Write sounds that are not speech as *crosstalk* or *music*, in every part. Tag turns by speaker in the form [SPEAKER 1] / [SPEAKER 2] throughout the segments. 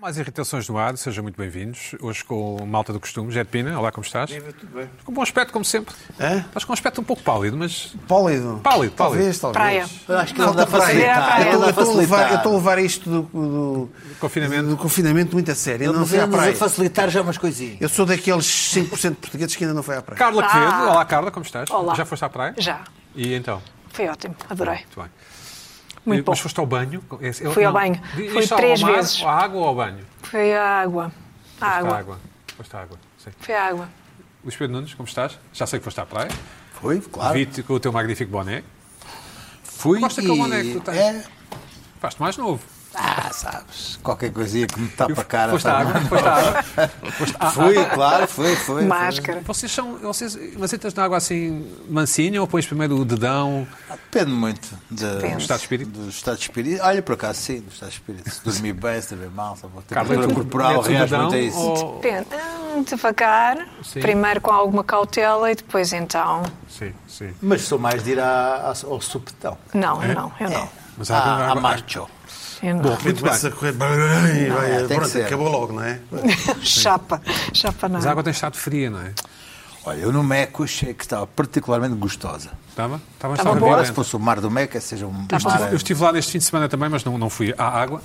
[SPEAKER 1] Mais irritações no ar, sejam muito bem-vindos. Hoje com malta do costume, Jé de Pina. Olá, como estás?
[SPEAKER 2] Viva, tudo bem.
[SPEAKER 1] Com um bom aspecto, como sempre.
[SPEAKER 2] Hã?
[SPEAKER 1] Estás com um aspecto um pouco pálido, mas.
[SPEAKER 2] Pálido.
[SPEAKER 1] Pálido, pálido.
[SPEAKER 2] Talvez, talvez.
[SPEAKER 3] Praia.
[SPEAKER 4] Eu acho que
[SPEAKER 2] Não,
[SPEAKER 4] ele
[SPEAKER 2] da
[SPEAKER 4] dá
[SPEAKER 2] praia.
[SPEAKER 4] facilitar.
[SPEAKER 3] praia.
[SPEAKER 2] Eu
[SPEAKER 4] Ele
[SPEAKER 2] tô-
[SPEAKER 4] dá
[SPEAKER 2] eu tô a levar- Eu
[SPEAKER 4] facilitar.
[SPEAKER 2] estou a levar isto do, do-
[SPEAKER 1] Confinamento.
[SPEAKER 2] do confinamento muito a sério. Eu
[SPEAKER 4] Ele
[SPEAKER 2] não
[SPEAKER 4] nos
[SPEAKER 2] fui à praia.
[SPEAKER 4] a facilitar já umas coisinhas.
[SPEAKER 2] Eu sou daqueles 5% portugueses que ainda não foi à praia.
[SPEAKER 1] Carla Quevedo. Olá, Carla, como estás?
[SPEAKER 3] Ah. Olá.
[SPEAKER 1] Já foste à praia?
[SPEAKER 3] Já.
[SPEAKER 1] E então?
[SPEAKER 3] Foi ótimo. Adorei.
[SPEAKER 1] Muito bem.
[SPEAKER 3] Muito
[SPEAKER 1] E-
[SPEAKER 3] bom.
[SPEAKER 1] Mas foste ao banho? Esse- eu-
[SPEAKER 3] Fui ao
[SPEAKER 1] não.
[SPEAKER 3] banho.
[SPEAKER 1] Diz
[SPEAKER 3] Fui
[SPEAKER 1] ao
[SPEAKER 3] três
[SPEAKER 1] mar,
[SPEAKER 3] vezes.
[SPEAKER 1] À água ou ao banho?
[SPEAKER 3] Foi a água.
[SPEAKER 1] Foste
[SPEAKER 3] A
[SPEAKER 1] à
[SPEAKER 3] água.
[SPEAKER 1] água. Foste à água. Sim.
[SPEAKER 3] Foi a água.
[SPEAKER 1] Luís Pedro Nunes, como estás? Já sei que foste à praia.
[SPEAKER 4] Foi, claro.
[SPEAKER 1] Vi-te com o teu magnífico boné.
[SPEAKER 4] Fui
[SPEAKER 1] Gosta
[SPEAKER 4] e...
[SPEAKER 1] que o boneco que tu tens.
[SPEAKER 4] É.
[SPEAKER 1] Faz-te mais novo.
[SPEAKER 4] Ah, sabes, qualquer coisinha que me tapa a cara.
[SPEAKER 1] foste à
[SPEAKER 4] tá
[SPEAKER 1] água.
[SPEAKER 4] bom.
[SPEAKER 1] Foste à água.
[SPEAKER 4] Fui, claro, foi, foi.
[SPEAKER 3] Máscara.
[SPEAKER 1] Vocês são. Vocês macetas na água assim mansinha ou pões primeiro o dedão?
[SPEAKER 4] foi. Depende muito de-
[SPEAKER 3] Depende.
[SPEAKER 1] estado de espírito?
[SPEAKER 4] Do estado de espírito. Olha, por acaso, sim, do estado de espírito. Se dormir bem, se beber mal, se a
[SPEAKER 1] Carla,
[SPEAKER 4] temperatura
[SPEAKER 1] tu
[SPEAKER 4] corporal
[SPEAKER 1] metes o
[SPEAKER 4] reage
[SPEAKER 1] dedão
[SPEAKER 4] muito a isso.
[SPEAKER 1] ou-
[SPEAKER 3] Depende. Hum, Devagar.
[SPEAKER 1] Sim.
[SPEAKER 3] Primeiro com alguma cautela e depois então.
[SPEAKER 1] Sim, sim.
[SPEAKER 4] Mas sou mais de ir à- à- ao supetão.
[SPEAKER 3] Não, não.
[SPEAKER 4] É.
[SPEAKER 3] Eu não.
[SPEAKER 1] Mas
[SPEAKER 4] Mas
[SPEAKER 1] há água-
[SPEAKER 4] há,
[SPEAKER 1] água-
[SPEAKER 4] macho.
[SPEAKER 3] Eu não. *laughs*
[SPEAKER 1] Muito bem.
[SPEAKER 2] Começa a correr. e vai-
[SPEAKER 4] é, tem que
[SPEAKER 2] pronto,
[SPEAKER 4] ser.
[SPEAKER 2] acabou logo, não é?
[SPEAKER 3] Chapa. Chapa não.
[SPEAKER 1] Mas a água tem estado fria, não é?
[SPEAKER 4] Olha, eu no Meco achei que estava particularmente gostosa.
[SPEAKER 1] Estava? Estava,
[SPEAKER 3] Estava boa.
[SPEAKER 4] Agora,
[SPEAKER 1] violenta.
[SPEAKER 4] se fosse o mar do Meca, seja um
[SPEAKER 1] Eu estive-
[SPEAKER 4] mar...
[SPEAKER 1] Eu estive lá neste fim de semana também, mas não, não fui à água.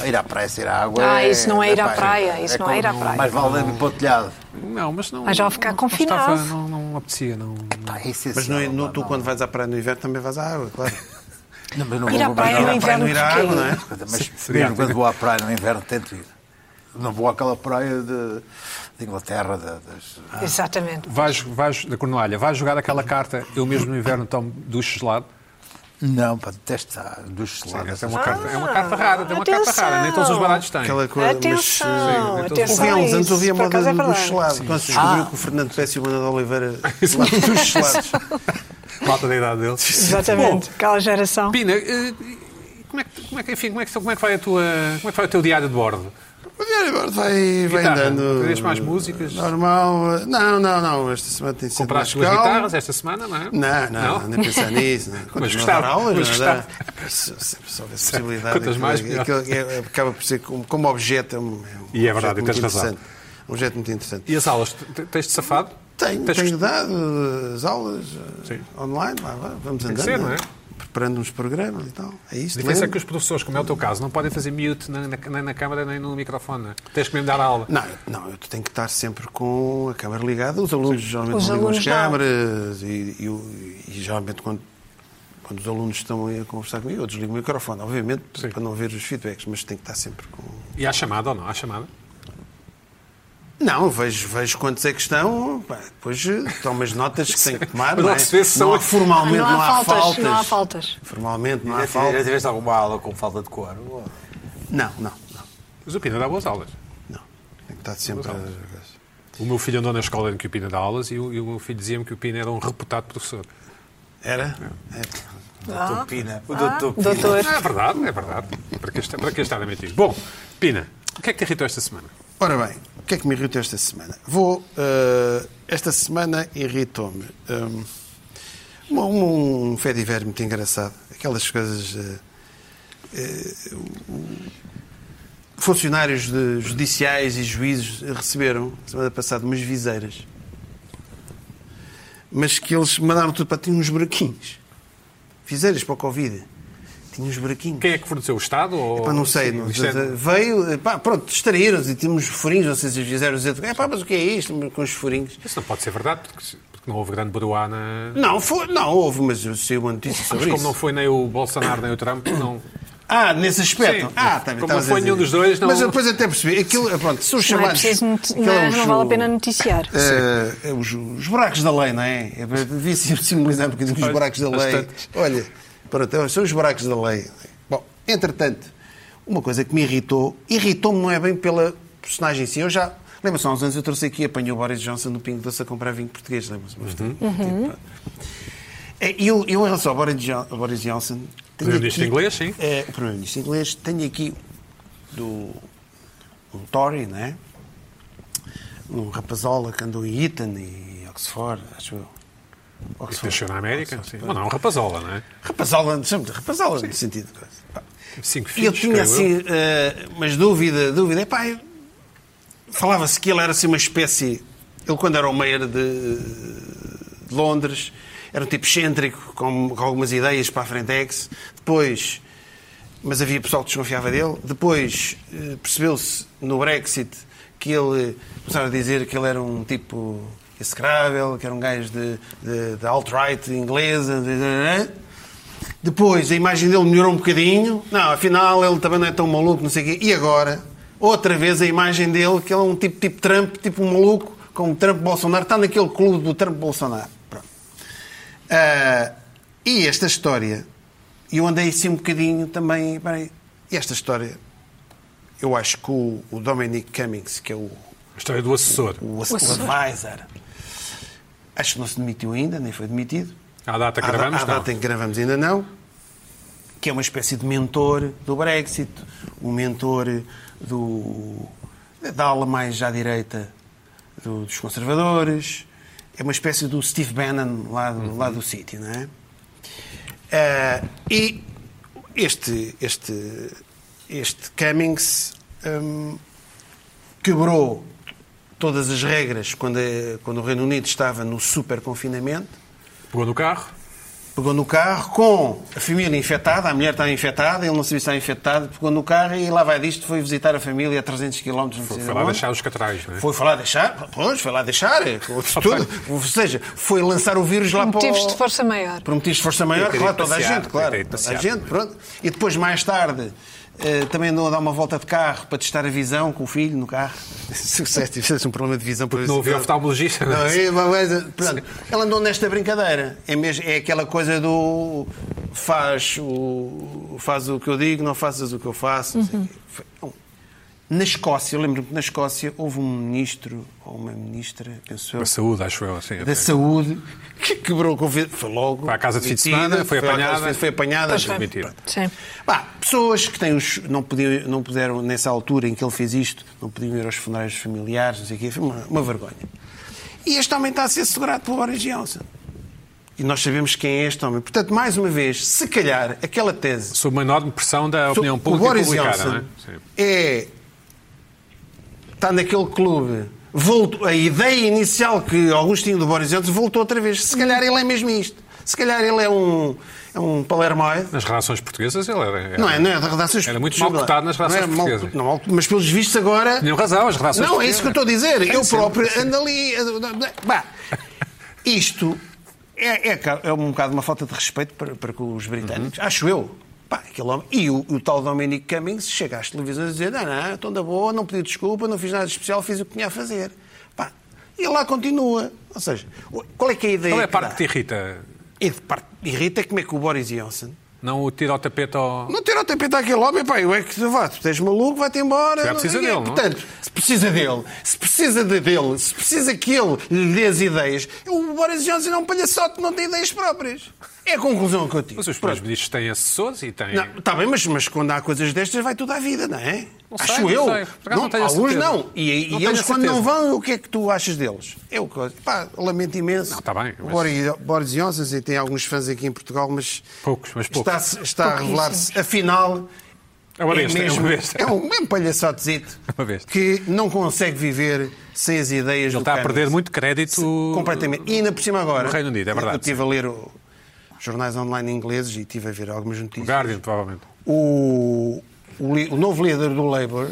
[SPEAKER 4] Ah, Ir à praia, se ir à água.
[SPEAKER 3] Ah, isso não é ir à
[SPEAKER 4] pá,
[SPEAKER 3] praia, isso não é
[SPEAKER 4] como
[SPEAKER 3] ir à praia.
[SPEAKER 4] Mais vale ir para o telhado.
[SPEAKER 1] Não, mas não.
[SPEAKER 3] Mas já vou ficar
[SPEAKER 1] não
[SPEAKER 3] confinado.
[SPEAKER 1] estava- Não, não apetecia, não.
[SPEAKER 4] Pá, é essencial,
[SPEAKER 2] Mas não, é- não-
[SPEAKER 4] pá,
[SPEAKER 2] tu, quando vais à praia no inverno, também vais à água, claro.
[SPEAKER 4] Não, mas não
[SPEAKER 3] Ir à
[SPEAKER 4] vou-
[SPEAKER 3] praia
[SPEAKER 4] não,
[SPEAKER 3] no
[SPEAKER 4] à
[SPEAKER 2] Para
[SPEAKER 3] inverno
[SPEAKER 2] não ir à
[SPEAKER 3] porquê?
[SPEAKER 2] água, não é?
[SPEAKER 4] Mas
[SPEAKER 1] seria
[SPEAKER 4] mesmo quando vou à praia no inverno, tento ir. Não vou àquela praia de, de Inglaterra, da- das...
[SPEAKER 3] Exatamente.
[SPEAKER 1] Vais, vais, da Cornualha, vais jogar aquela carta, eu mesmo no inverno tomo duche gelado.
[SPEAKER 4] Não, para detestar dos
[SPEAKER 1] Essa
[SPEAKER 4] gelados.
[SPEAKER 1] é, uma carta, é uma carta rara, tem uma carta
[SPEAKER 3] Ah, atenção.
[SPEAKER 1] rara, nem todos os baralhos têm.
[SPEAKER 2] Aquela coisa.
[SPEAKER 3] Atenção.
[SPEAKER 1] mas-
[SPEAKER 2] Mas, houve
[SPEAKER 3] Atenção.
[SPEAKER 2] Então, há
[SPEAKER 3] a
[SPEAKER 2] uns
[SPEAKER 3] isso.
[SPEAKER 2] anos havia a
[SPEAKER 3] Por
[SPEAKER 2] moda
[SPEAKER 3] acaso é
[SPEAKER 2] do
[SPEAKER 3] verdade.
[SPEAKER 2] gelado. Quando se
[SPEAKER 4] Ah.
[SPEAKER 2] descobriu que o Fernando Pesce e o Manuel de Oliveira lavavam dos gelados.
[SPEAKER 1] Malta da idade dele.
[SPEAKER 3] Exatamente. Aquela geração.
[SPEAKER 1] Pina, eh, como é que, como é que, enfim, como é que, como é que vai a tua, como é que vai o teu diário de bordo?
[SPEAKER 2] Agora vai, vai
[SPEAKER 1] Guitarra.
[SPEAKER 2] dando.
[SPEAKER 1] Querias mais músicas?
[SPEAKER 2] Normal. Não, não, não. Esta semana tem sido.
[SPEAKER 1] Compraste
[SPEAKER 2] mais
[SPEAKER 1] duas
[SPEAKER 2] calmo.
[SPEAKER 1] guitarras esta semana, não é?
[SPEAKER 2] Não, não, nem pensar
[SPEAKER 1] *laughs*
[SPEAKER 2] nisso. Não. Continuo a dar
[SPEAKER 1] gostava,
[SPEAKER 2] aulas,
[SPEAKER 1] mas
[SPEAKER 2] não é?
[SPEAKER 1] gostava.
[SPEAKER 2] Isso, se se houver possibilidade.
[SPEAKER 1] Quantas mais,
[SPEAKER 2] aquilo-
[SPEAKER 1] melhor.
[SPEAKER 2] aquilo é- acaba por ser como, como objeto. É um, é
[SPEAKER 1] E
[SPEAKER 2] um
[SPEAKER 1] é
[SPEAKER 2] objeto
[SPEAKER 1] verdade, e
[SPEAKER 2] muito
[SPEAKER 1] tens razão.
[SPEAKER 2] interessante. Um objeto muito interessante.
[SPEAKER 1] E as aulas, te- tens de safado?
[SPEAKER 2] Tenho,
[SPEAKER 1] Tens-
[SPEAKER 2] tenho dado eh, as aulas eh,
[SPEAKER 1] Sim.
[SPEAKER 2] online, lá, vai, vamos andando.
[SPEAKER 1] que ser, não é?
[SPEAKER 2] Preparando uns programas e tal. É
[SPEAKER 1] A
[SPEAKER 2] isso.
[SPEAKER 1] diferença é
[SPEAKER 2] lendo.
[SPEAKER 1] que os professores, como é o teu caso, não podem fazer mute nem na, nem na câmara nem no microfone. não é? Tens que mesmo dar a aula.
[SPEAKER 2] Não, eu- não, eu tenho que estar sempre com a câmara ligada. Os alunos geralmente
[SPEAKER 3] Os
[SPEAKER 2] não ligam as
[SPEAKER 3] alunos não.
[SPEAKER 2] câmaras e, e o- e geralmente quando, quando os alunos estão aí a conversar comigo, eu desligo o microfone, obviamente,
[SPEAKER 1] Sim.
[SPEAKER 2] para não ver os feedbacks, mas tenho que estar sempre com.
[SPEAKER 1] E há chamada ou não? Há chamada?
[SPEAKER 2] Não, eu vejo, vejo quantos é que estão, pá, depois eh, tomo as notas que tenho que tomar.
[SPEAKER 1] Mas
[SPEAKER 2] não,
[SPEAKER 1] lá
[SPEAKER 2] é?
[SPEAKER 1] se vê se
[SPEAKER 2] Não
[SPEAKER 1] são-
[SPEAKER 2] há- formalmente não há, faltas,
[SPEAKER 3] Não há faltas.
[SPEAKER 2] Formalmente não há
[SPEAKER 4] Já tive- já
[SPEAKER 2] faltas.
[SPEAKER 4] tiveste alguma aula com falta de cor?
[SPEAKER 2] Não, não, não.
[SPEAKER 1] Mas o Pina dá boas aulas.
[SPEAKER 2] não. Tenho que estar sempre. a-
[SPEAKER 1] O meu filho andou na escola em que o Pina dá aulas e o, e o meu filho dizia-me que o Pina era um reputado professor.
[SPEAKER 2] Era? Era.
[SPEAKER 4] Doutor Pina. O doutor Pina.
[SPEAKER 3] Ah. Doutor.
[SPEAKER 1] Ah, é verdade, é verdade. Para que está, para que está a mentir? Bom, Pina, o que é que te irritou esta semana?
[SPEAKER 2] Ora bem, o que é que me irritou esta semana? Vou. eh, esta semana irritou-me. hum, uma- um, um fediver muito engraçado. Aquelas coisas. eh, eh, o- funcionários de- judiciais e juízes receberam, semana passada, umas viseiras. Mas que eles mandaram tudo para. Tinha uns buraquinhos. Viseiras para o Covid. Tinha uns buraquinhos.
[SPEAKER 1] Quem é que forneceu? O Estado? Ou...
[SPEAKER 2] Pá, não sei,
[SPEAKER 1] Sim,
[SPEAKER 2] não-
[SPEAKER 1] isto é-
[SPEAKER 2] veio, pá, pronto, distraíram-se e tínhamos furinhos, não sei se fizeram dizer, é pá, mas o que é isto com os furinhos?
[SPEAKER 1] Isso não pode ser verdade, porque, se- porque não houve grande broá na.
[SPEAKER 2] Não, foi, não houve, mas saiu uma notícia
[SPEAKER 1] Mas
[SPEAKER 2] sobre
[SPEAKER 1] como
[SPEAKER 2] isso.
[SPEAKER 1] não foi nem o Bolsonaro nem o Trump, não.
[SPEAKER 2] Ah, nesse aspecto.
[SPEAKER 1] Sim.
[SPEAKER 2] ah, tá,
[SPEAKER 1] Como
[SPEAKER 2] estavas
[SPEAKER 1] não foi
[SPEAKER 2] a dizer
[SPEAKER 1] nenhum dos
[SPEAKER 2] isso.
[SPEAKER 1] dois, não-
[SPEAKER 2] Mas eu depois até percebi, aquilo, pronto, são os
[SPEAKER 3] Não é
[SPEAKER 2] chamados...
[SPEAKER 3] preciso. noti- Não, é-
[SPEAKER 2] aqueles-
[SPEAKER 3] não vale a pena noticiar.
[SPEAKER 2] eh, eh, os, os buracos da lei, não é? Eu Devia sempre simbolizar um bocadinho os buracos da lei.
[SPEAKER 1] bastante.
[SPEAKER 2] Olha, pronto, são os buracos da lei. Bom, entretanto, uma coisa que me irritou, irritou-me não é bem pela personagem em si. Eu já, lembra-se, há uns anos eu trouxe aqui, apanhei o Boris Johnson no Pingo Doce a comprar vinho português, lembra-se? Uhum. É, Eu, eu, em relação ao Boris, Jo- ao Boris Johnson... tenho
[SPEAKER 1] Primeiro-ministro
[SPEAKER 2] aqui-
[SPEAKER 1] inglês, sim.
[SPEAKER 2] É, o Primeiro-Ministro inglês. Tenho aqui do, um Tory, não é? um rapazola que andou em Eton e Oxford, acho eu.
[SPEAKER 1] Isso nasceu na América? Sim. Mas não, rapazola, não é?
[SPEAKER 2] Rapazola, sempre rapazola, no sentido. de coisa. Pá.
[SPEAKER 1] Cinco
[SPEAKER 2] E eu
[SPEAKER 1] filhos,
[SPEAKER 2] tinha
[SPEAKER 1] creio eu.
[SPEAKER 2] assim eh, umas dúvida, dúvida. Epá, eu- falava-se que ele era assim uma espécie. Ele quando era o mayor de, de Londres era um tipo excêntrico, com, com algumas ideias para a Frentex. Depois, mas havia pessoal que desconfiava dele. Depois eh, percebeu-se no Brexit que ele começaram a dizer que ele era um tipo execrável, que era um gajo de, de, de alt-right inglesa. de- de- de- depois a imagem dele melhorou um bocadinho. Não, afinal ele também não é tão maluco, não sei o quê. E agora, outra vez a imagem dele, que ele é um tipo tipo Trump, tipo um maluco, com um Trump Bolsonaro, está naquele clube do Trump Bolsonaro. Pronto. Ah, e esta história, eu andei assim um bocadinho também. peraí, e esta história, eu acho que o, o Dominic Cummings, que é o,
[SPEAKER 1] A história do assessor.
[SPEAKER 2] o, ass- o
[SPEAKER 3] assessor.
[SPEAKER 2] advisor, acho que não se demitiu ainda, nem foi demitido.
[SPEAKER 1] À data que
[SPEAKER 2] À da-
[SPEAKER 1] gravamos,
[SPEAKER 2] à
[SPEAKER 1] não.
[SPEAKER 2] data em que gravamos ainda não. Que é uma espécie de mentor do Brexit, um mentor do, da ala mais à direita do- dos conservadores. É uma espécie do Steve Bannon lá do, lá do City, não é? Ah, e este, este, este Cummings hum, quebrou todas as regras quando, a- quando o Reino Unido estava no super confinamento
[SPEAKER 1] Pegou no carro.
[SPEAKER 2] pegou no carro com a família infectada, a mulher estava infectada, ele não sabia se estava infectado, pegou no carro e lá vai disto, foi visitar a família a 300 km. não sei
[SPEAKER 1] Foi,
[SPEAKER 2] de
[SPEAKER 1] foi lá
[SPEAKER 2] onde.
[SPEAKER 1] deixar os catrais, não é?
[SPEAKER 2] É Foi falar deixar, pois, foi lá deixar, é, *laughs* com tudo. ou seja, foi lançar o vírus lá para
[SPEAKER 3] Motivos
[SPEAKER 2] o...
[SPEAKER 3] de força maior.
[SPEAKER 2] Por motivos de força maior,
[SPEAKER 1] queria
[SPEAKER 2] claro, toda a
[SPEAKER 1] passear,
[SPEAKER 2] gente, claro.
[SPEAKER 1] eu queria
[SPEAKER 2] Toda a
[SPEAKER 1] passear.
[SPEAKER 2] gente, pronto. E depois, mais tarde, eh, também andou a dar uma volta de carro para testar a visão com o filho no *laughs* carro. Se tivesse um problema de visão,
[SPEAKER 1] Não havia oftalmologista, não
[SPEAKER 2] não,
[SPEAKER 1] é?
[SPEAKER 2] é uma coisa- pronto. Ela andou nesta brincadeira. É, mesmo, é aquela coisa do faz o, faz o que eu digo, não faças o que eu faço. não sei o quê. Foi- não. Na Escócia, eu lembro-me que na Escócia houve um ministro ou uma ministra, penso eu,
[SPEAKER 1] A saúde, acho eu, assim.
[SPEAKER 2] da saúde que quebrou o convite. Foi logo.
[SPEAKER 1] Foi à casa de fim de
[SPEAKER 2] demitida,
[SPEAKER 1] semana, foi
[SPEAKER 2] à casa de
[SPEAKER 1] apanhada.
[SPEAKER 2] fim- Foi apanhada.
[SPEAKER 3] Pois foi.
[SPEAKER 1] Mentira.
[SPEAKER 3] Sim.
[SPEAKER 2] Pá, pessoas que têm os, não, podiam, não puderam, nessa altura em que ele fez isto, não podiam ir aos funerais dos familiares, não sei o quê, foi uma, uma vergonha. E este homem está a ser segurado pelo Boris Johnson. E nós sabemos quem é este homem. Portanto, mais uma vez, se calhar, aquela tese
[SPEAKER 1] Sob uma enorme pressão da opinião
[SPEAKER 2] o
[SPEAKER 1] pública
[SPEAKER 2] Boris
[SPEAKER 1] publicada, não
[SPEAKER 2] Johnson
[SPEAKER 1] é? Sim.
[SPEAKER 2] é- Está naquele clube. Voltou, a ideia inicial que alguns tinham do Boris Johnson voltou outra vez. Se calhar ele é mesmo isto. Se calhar ele é um, é um palermoide.
[SPEAKER 1] Nas relações portuguesas, ele era. era-
[SPEAKER 2] Não é, não é da redações
[SPEAKER 1] Era muito
[SPEAKER 2] portuguesas.
[SPEAKER 1] mal cotado nas redações
[SPEAKER 2] Não era mal-
[SPEAKER 1] portuguesas.
[SPEAKER 2] não, mal- mas pelos vistos agora.
[SPEAKER 1] Tinham razão, as redações
[SPEAKER 2] Não, é isso que eu estou a dizer. Eu
[SPEAKER 1] sim,
[SPEAKER 2] próprio ando ali. eh,
[SPEAKER 1] *laughs*
[SPEAKER 2] Bah, isto é, é, ca- é um bocado uma falta de respeito para, para com os britânicos.
[SPEAKER 1] Uhum.
[SPEAKER 2] Acho eu. Pá, aquele homem- E o, o tal Dominic Cummings chega às televisões a dizer: não, não, estou da boa, não pedi desculpa, não fiz nada de especial, fiz o que tinha a fazer. Pá, e lá continua. Ou seja, qual é que é a ideia?
[SPEAKER 1] Qual é a
[SPEAKER 2] que
[SPEAKER 1] parte
[SPEAKER 2] dá?
[SPEAKER 1] que te irrita?
[SPEAKER 2] E de parte que irrita como é que o Boris Johnson
[SPEAKER 1] Não o tira ao tapete ao.
[SPEAKER 2] não tirar o tapete àquele homem, pá, eu é que vá, tu tens maluco, vai-te embora.
[SPEAKER 1] Já
[SPEAKER 2] não
[SPEAKER 1] precisa
[SPEAKER 2] sei o quê.
[SPEAKER 1] dele, não? é?
[SPEAKER 2] Portanto, se precisa dele, se precisa de dele, se precisa que ele lhe dê as ideias, o Boris Johnson é um palhaçote, não tem ideias próprias. É a conclusão que eu tive.
[SPEAKER 1] Mas os primeiros ministros têm assessores e têm.
[SPEAKER 2] Está bem, mas, mas quando há coisas destas vai tudo à vida, não é?
[SPEAKER 1] Não sei,
[SPEAKER 2] Acho
[SPEAKER 1] não
[SPEAKER 2] eu.
[SPEAKER 1] sei. Por acaso não tenho a
[SPEAKER 2] alguns
[SPEAKER 1] certeza.
[SPEAKER 2] não. E,
[SPEAKER 1] Não
[SPEAKER 2] e
[SPEAKER 1] tenho
[SPEAKER 2] eles
[SPEAKER 1] a
[SPEAKER 2] quando não
[SPEAKER 1] certeza.
[SPEAKER 2] vão, o que é que tu achas deles? Eu coisa. Pá, lamento imenso.
[SPEAKER 1] Está tá bem, mas-
[SPEAKER 2] Boris, Boris Johnson assim, tem alguns fãs aqui em Portugal, mas
[SPEAKER 1] Poucos, mas poucos.
[SPEAKER 2] está, está a revelar-se. Afinal,
[SPEAKER 1] É uma besta, é
[SPEAKER 2] mesmo,
[SPEAKER 1] uma besta.
[SPEAKER 2] é um, é um palhaçotezito
[SPEAKER 1] É uma besta.
[SPEAKER 2] que não consegue viver sem as ideias
[SPEAKER 1] Ele
[SPEAKER 2] do
[SPEAKER 1] está a
[SPEAKER 2] Keynes.
[SPEAKER 1] perder muito crédito.
[SPEAKER 2] Completamente. E ainda por cima agora.
[SPEAKER 1] No Reino Unido, é verdade,
[SPEAKER 2] Eu estive a ler o- jornais online ingleses e estive a ver algumas notícias.
[SPEAKER 1] Guardian, provavelmente.
[SPEAKER 2] O, o, li- o novo líder do Labour,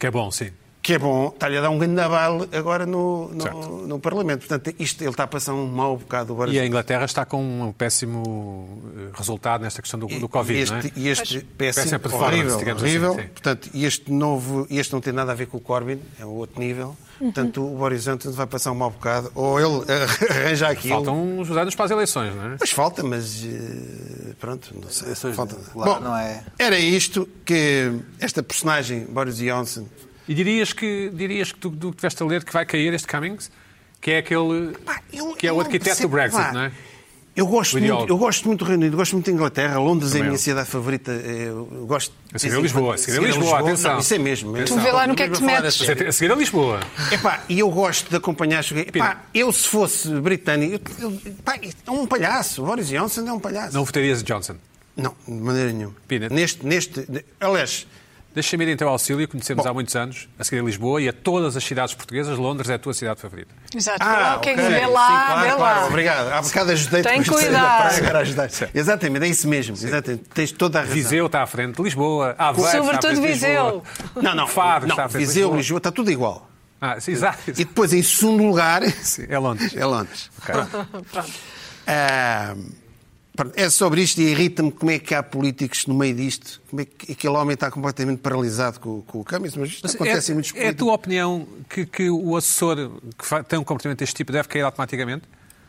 [SPEAKER 1] Que é bom, sim.
[SPEAKER 2] que é bom, está-lhe a dar um grande abalo agora no,
[SPEAKER 1] Certo.
[SPEAKER 2] no, no Parlamento. Portanto, isto, ele está a passar um mau bocado agora.
[SPEAKER 1] E a Inglaterra está com um péssimo eh, resultado nesta questão do, do
[SPEAKER 2] e
[SPEAKER 1] Covid,
[SPEAKER 2] este,
[SPEAKER 1] não é?
[SPEAKER 2] e este péssimo,
[SPEAKER 1] Péssima performance,
[SPEAKER 2] horrível,
[SPEAKER 1] digamos
[SPEAKER 2] horrível.
[SPEAKER 1] assim, sim.
[SPEAKER 2] portanto, e este novo, e este não tem nada a ver com o Corbyn, é um outro nível.
[SPEAKER 3] Uhum.
[SPEAKER 2] Portanto, o Boris Johnson vai passar um mau bocado, ou ele *laughs* arranja aquilo.
[SPEAKER 1] Faltam uns anos para as eleições, não é?
[SPEAKER 2] Mas falta, mas eh, pronto, não sei. Falta.
[SPEAKER 4] lá, não é?
[SPEAKER 2] Era isto que esta personagem, Boris Johnson,
[SPEAKER 1] E dirias que, dirias que tu, tu tiveste a ler que vai cair este Cummings? Que é aquele.
[SPEAKER 2] Pá, eu-
[SPEAKER 1] que é
[SPEAKER 2] eu
[SPEAKER 1] o
[SPEAKER 2] não
[SPEAKER 1] arquiteto do
[SPEAKER 2] percebo,
[SPEAKER 1] Brexit,
[SPEAKER 2] pá.
[SPEAKER 1] não é?
[SPEAKER 2] Eu
[SPEAKER 1] O
[SPEAKER 2] gosto, muito,
[SPEAKER 1] ideólogo.
[SPEAKER 2] eu gosto muito do Reino Unido, gosto muito da Inglaterra. Londres é a
[SPEAKER 1] Também
[SPEAKER 2] minha
[SPEAKER 1] eu.
[SPEAKER 2] cidade favorita. Eu eu gosto
[SPEAKER 1] A seguir
[SPEAKER 2] de vez em
[SPEAKER 1] a Lisboa,
[SPEAKER 2] quando-
[SPEAKER 1] a seguir a Lisboa, atenção.
[SPEAKER 2] Não, é isso é mesmo.
[SPEAKER 1] Atenção.
[SPEAKER 3] Tu vê lá no que é que te
[SPEAKER 2] Vamos falar
[SPEAKER 3] metes.
[SPEAKER 2] a
[SPEAKER 1] Mas
[SPEAKER 2] sério.
[SPEAKER 1] é- A seguir a Lisboa.
[SPEAKER 2] Epá, e eu gosto de acompanhar as Epá, eu se fosse britânico, eu- eu- pá, é um palhaço. Boris Johnson é um palhaço.
[SPEAKER 1] Não votarias Johnson.
[SPEAKER 2] Não, de maneira nenhuma.
[SPEAKER 1] Pina.
[SPEAKER 2] Neste, neste, ne- aliás,
[SPEAKER 1] Deixa-me ir então ao Auxílio, conhecemos
[SPEAKER 2] Bom.
[SPEAKER 1] há muitos anos, a seguir a Lisboa e a todas as cidades portuguesas. Londres é a tua cidade favorita.
[SPEAKER 3] Exato.
[SPEAKER 2] Ah,
[SPEAKER 3] Ah, ok,
[SPEAKER 2] ok.
[SPEAKER 3] Vê
[SPEAKER 2] Sim,
[SPEAKER 3] lá,
[SPEAKER 2] claro,
[SPEAKER 3] vê
[SPEAKER 2] claro,
[SPEAKER 3] lá.
[SPEAKER 2] obrigado. Há bocado ajudei-te.
[SPEAKER 3] Tem
[SPEAKER 2] mas não sei
[SPEAKER 3] cuidado.
[SPEAKER 2] lá para agora ajudar. Exatamente, é isso mesmo. Exatamente. Tens toda a razão.
[SPEAKER 1] Viseu está à frente de Lisboa, Aveiro está à
[SPEAKER 3] Sobretudo
[SPEAKER 1] frente de
[SPEAKER 3] Viseu.
[SPEAKER 1] Lisboa.
[SPEAKER 2] Não, não.
[SPEAKER 1] Faro está à
[SPEAKER 2] não
[SPEAKER 1] frente de
[SPEAKER 2] Viseu,
[SPEAKER 1] Lisboa.
[SPEAKER 2] Lisboa, está tudo igual.
[SPEAKER 1] Ah, sim, exato.
[SPEAKER 2] E depois, em segundo
[SPEAKER 1] *laughs*
[SPEAKER 2] lugar,
[SPEAKER 1] É Londres.
[SPEAKER 2] é Londres.
[SPEAKER 3] Pronto.
[SPEAKER 2] Ah, pronto, é sobre isto e irrita-me como é que há políticos no meio disto, como é que aquele homem está completamente paralisado com, com o câmbio, mas isto acontece
[SPEAKER 1] é,
[SPEAKER 2] em muitos
[SPEAKER 1] é a
[SPEAKER 2] políticos.
[SPEAKER 1] tua opinião que, que o assessor que fa- tem um comportamento deste tipo deve cair automaticamente?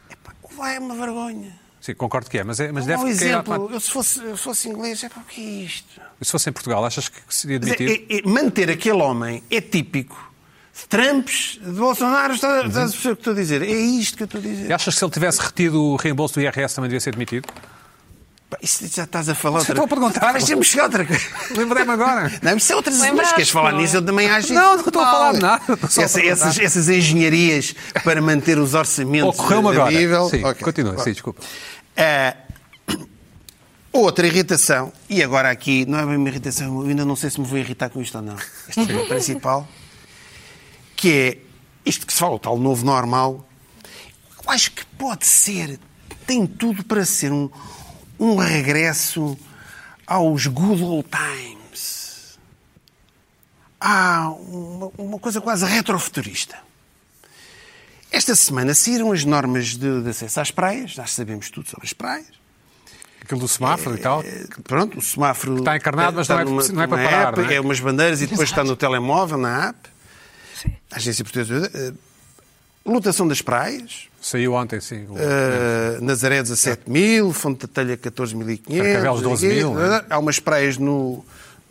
[SPEAKER 2] Epá, Vai, é uma vergonha.
[SPEAKER 1] Sim, concordo que é, mas, é, mas
[SPEAKER 2] Dá
[SPEAKER 1] deve
[SPEAKER 2] um
[SPEAKER 1] cair
[SPEAKER 2] exemplo.
[SPEAKER 1] automaticamente.
[SPEAKER 2] Eu, se fosse, eu fosse inglês, é pá, o que é isto?
[SPEAKER 1] Se fosse em Portugal, achas que seria
[SPEAKER 2] Mas é-
[SPEAKER 1] demitido?
[SPEAKER 2] é- é- manter aquele homem é típico de Trumps, de Bolsonaro, está, está
[SPEAKER 1] Uhum.
[SPEAKER 2] a perceber o que estou a dizer. É isto que eu estou a dizer.
[SPEAKER 1] E achas que se ele tivesse retido o reembolso do IRS também devia ser demitido?
[SPEAKER 2] Pá, Isso já estás a falar outra
[SPEAKER 1] Estou a perguntar.
[SPEAKER 2] Deixa-me chegar outra coisa.
[SPEAKER 1] Lembrei-me agora.
[SPEAKER 2] *laughs* Não, mas isso é outra Mas
[SPEAKER 3] Lembraste,
[SPEAKER 2] queres falar
[SPEAKER 3] não é?
[SPEAKER 2] nisso, eu também acho.
[SPEAKER 1] Não,
[SPEAKER 2] isso
[SPEAKER 1] não estou a falar de nada, estou só a
[SPEAKER 2] Essa-
[SPEAKER 1] perguntar.
[SPEAKER 2] essas, essas engenharias para manter os orçamentos
[SPEAKER 1] Ocorreu-me
[SPEAKER 2] a
[SPEAKER 1] agora.
[SPEAKER 2] nível.
[SPEAKER 1] Sim,
[SPEAKER 2] Ok.
[SPEAKER 1] continua,
[SPEAKER 2] Bom.
[SPEAKER 1] sim, desculpa.
[SPEAKER 2] Ah, outra irritação, e agora aqui, não é bem uma irritação, eu ainda não sei se me vou irritar com isto ou não. Este é o principal, que é isto que se fala, o tal novo normal. Eu acho que pode ser, tem tudo para ser um, um regresso aos good old times. Há uma, uma coisa quase retrofuturista. Esta semana saíram as normas de, de acesso às praias, já sabemos tudo sobre as praias.
[SPEAKER 1] Aquilo do semáforo e tal.
[SPEAKER 2] Eh, Pronto, o semáforo. tá
[SPEAKER 1] Está encarnado, mas não é- não é para
[SPEAKER 2] numa
[SPEAKER 1] parar,
[SPEAKER 2] app,
[SPEAKER 1] não é?
[SPEAKER 2] é umas bandeiras e depois está no telemóvel, na app.
[SPEAKER 3] Sim.
[SPEAKER 2] A Agência Portuguesa. eh, Lotação das praias,
[SPEAKER 1] Saiu ontem, sim. o-
[SPEAKER 2] eh, Nazaré 17 mil, Fonte da Telha 14.500.
[SPEAKER 1] Carcavelos 12.000, não é?
[SPEAKER 2] Há umas praias no,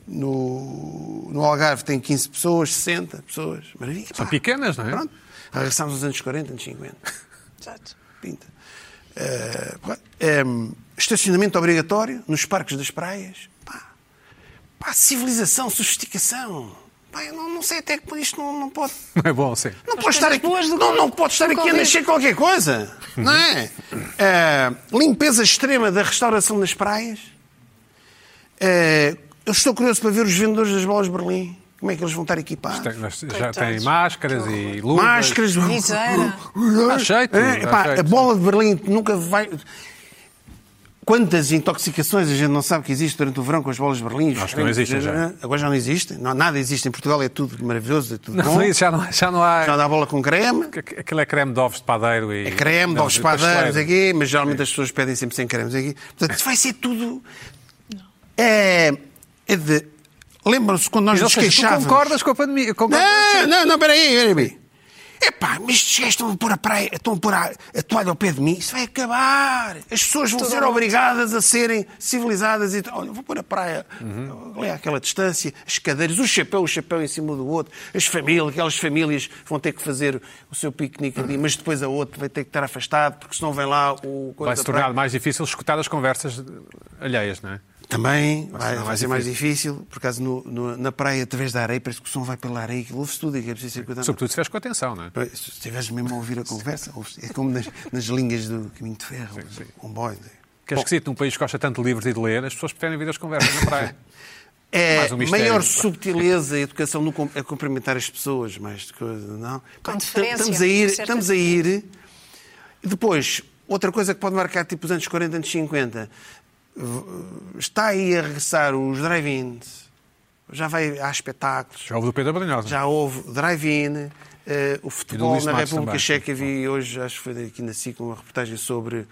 [SPEAKER 2] no, no Algarve que tem 15 pessoas, 60 pessoas. Maravilha.
[SPEAKER 1] São
[SPEAKER 2] pá.
[SPEAKER 1] pequenas, não é?
[SPEAKER 2] Pronto. Regressamos aos anos 40, anos 50.
[SPEAKER 3] Exato.
[SPEAKER 2] Pinta. Eh, pá, em, estacionamento obrigatório nos parques das praias. Pá, Pá, civilização, sofisticação. Pá, eu não, não sei até que ponto isto não, não pode.
[SPEAKER 1] Não *laughs* é bom, sim.
[SPEAKER 2] Não pode estar
[SPEAKER 3] coisas
[SPEAKER 2] aqui,
[SPEAKER 3] boas do
[SPEAKER 2] não,
[SPEAKER 3] Covid-
[SPEAKER 2] não pode estar
[SPEAKER 3] do
[SPEAKER 2] aqui a
[SPEAKER 3] Covid.
[SPEAKER 2] nascer qualquer coisa. Não
[SPEAKER 3] *laughs*
[SPEAKER 2] é? Eh, limpeza extrema da restauração das praias. Eh, eu estou curioso para ver os vendedores das bolas de Berlim. Como é que eles vão estar equipados?
[SPEAKER 1] Tem- mas já
[SPEAKER 3] Coitados.
[SPEAKER 1] tem máscaras e luvas.
[SPEAKER 2] Máscaras.
[SPEAKER 3] Viseira.
[SPEAKER 1] Dá jeito,
[SPEAKER 2] É,
[SPEAKER 1] dá
[SPEAKER 2] pá,
[SPEAKER 1] jeito.
[SPEAKER 2] a bola de Berlim nunca vai. Quantas intoxicações a gente não sabe que existe durante o verão com as bolas de Berlim?
[SPEAKER 1] Acho que não existem já.
[SPEAKER 2] Agora já não existem. Não, nada existe em Portugal, é tudo maravilhoso, é tudo bom.
[SPEAKER 1] Não, isso já não, já não há.
[SPEAKER 2] Já dá bola com creme.
[SPEAKER 1] Aqu- Aquilo é creme de ovos de padeiro e.
[SPEAKER 2] É creme,
[SPEAKER 1] não, É.
[SPEAKER 2] novos
[SPEAKER 1] e
[SPEAKER 2] padeiros
[SPEAKER 1] pasteleiro.
[SPEAKER 2] aqui, mas geralmente as pessoas pedem sempre sem cremes aqui. Portanto, vai ser tudo. É, é de... Lembram-se quando
[SPEAKER 1] Mas,
[SPEAKER 2] nós
[SPEAKER 1] ou
[SPEAKER 2] nos
[SPEAKER 1] seja, tu
[SPEAKER 2] queixávamos.
[SPEAKER 1] concordas com a pandemia? Com
[SPEAKER 2] Não, não, não, peraí, peraí. Epá, mas estes gajos estão a pôr a praia, estão a pôr a, a toalha ao pé de mim, isso vai acabar. As pessoas vão ser obrigadas a serem civilizadas e olha, vou pôr a praia ali àquela distância, as cadeiras, o chapéu, o chapéu em cima do outro, as famílias, aquelas famílias vão ter que fazer o seu piquenique ali, mas depois a outra vai ter que estar afastado, porque senão vem lá o coisa
[SPEAKER 1] Vai se
[SPEAKER 2] da praia.
[SPEAKER 1] tornar mais difícil escutar as conversas alheias, não é?
[SPEAKER 2] Também vai,
[SPEAKER 1] ser
[SPEAKER 2] vai
[SPEAKER 1] mais
[SPEAKER 2] ser mais difícil, por acaso no- no- na praia, através da areia, parece que o som vai pela areia, que ouve-se tudo e que é preciso ser cuidado.
[SPEAKER 1] Sobretudo se estiveres com atenção, não é?
[SPEAKER 2] Pois, Se estiveres mesmo a ouvir a conversa, ouves- é como nas, nas linhas do caminho de ferro, Um do comboio.
[SPEAKER 1] Que é esquisito, num país que gosta tanto de livros e de ler, as pessoas preferem vir as conversas na
[SPEAKER 2] *laughs*
[SPEAKER 1] praia.
[SPEAKER 2] É
[SPEAKER 1] Mais um mistério.
[SPEAKER 2] maior subtileza e educação no, com- a cumprimentar as pessoas, mais de coisa, não? Portanto,
[SPEAKER 3] deferência,
[SPEAKER 2] estamos a ir,
[SPEAKER 3] certa
[SPEAKER 2] estamos a ir. E depois, outra coisa que pode marcar tipo os anos 40, anos 50, v- eh, está aí a regressar os drive-ins. Já vai há espetáculos.
[SPEAKER 1] Já ouve do Pedro Brunhosa.
[SPEAKER 2] Já houve drive-in, eh, o futebol
[SPEAKER 1] Luís
[SPEAKER 2] na
[SPEAKER 1] Matos
[SPEAKER 2] República
[SPEAKER 1] também.
[SPEAKER 2] Checa. Vi hoje, acho que foi aqui na SIC, uma reportagem sobre.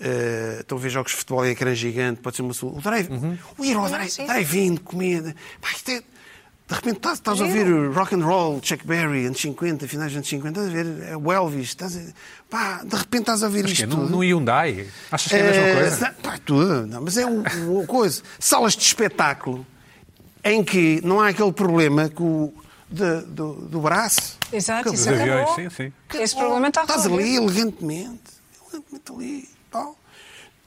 [SPEAKER 2] eh, estão a ver jogos de futebol em ecrã gigante, pode ser uma solução. O drive
[SPEAKER 1] Uhum.
[SPEAKER 2] o ir ao drive-
[SPEAKER 3] sim.
[SPEAKER 2] drive-in, comida. Pá, isto é- de repente estás, estás a ouvir o rock and roll, Chuck Berry, anos 50, finais dos anos 50, estás a ver é o Elvis. Estás a- pá, de repente estás a ouvir
[SPEAKER 1] Que é
[SPEAKER 2] isto.
[SPEAKER 1] num,
[SPEAKER 2] tudo.
[SPEAKER 1] num Hyundai. Achas que é a mesma
[SPEAKER 2] Eh,
[SPEAKER 1] coisa?
[SPEAKER 2] não, pá, tudo, não, mas é uma coisa. Salas de espetáculo em que não há aquele problema com, o- de- do, do braço.
[SPEAKER 3] Exato,
[SPEAKER 1] Os
[SPEAKER 2] é
[SPEAKER 3] isso
[SPEAKER 1] aviões,
[SPEAKER 3] acabou.
[SPEAKER 1] sim, sim.
[SPEAKER 3] Esse problema está
[SPEAKER 2] Estás
[SPEAKER 3] resolvido.
[SPEAKER 2] ali elegantemente. Elegantemente ali. Tal.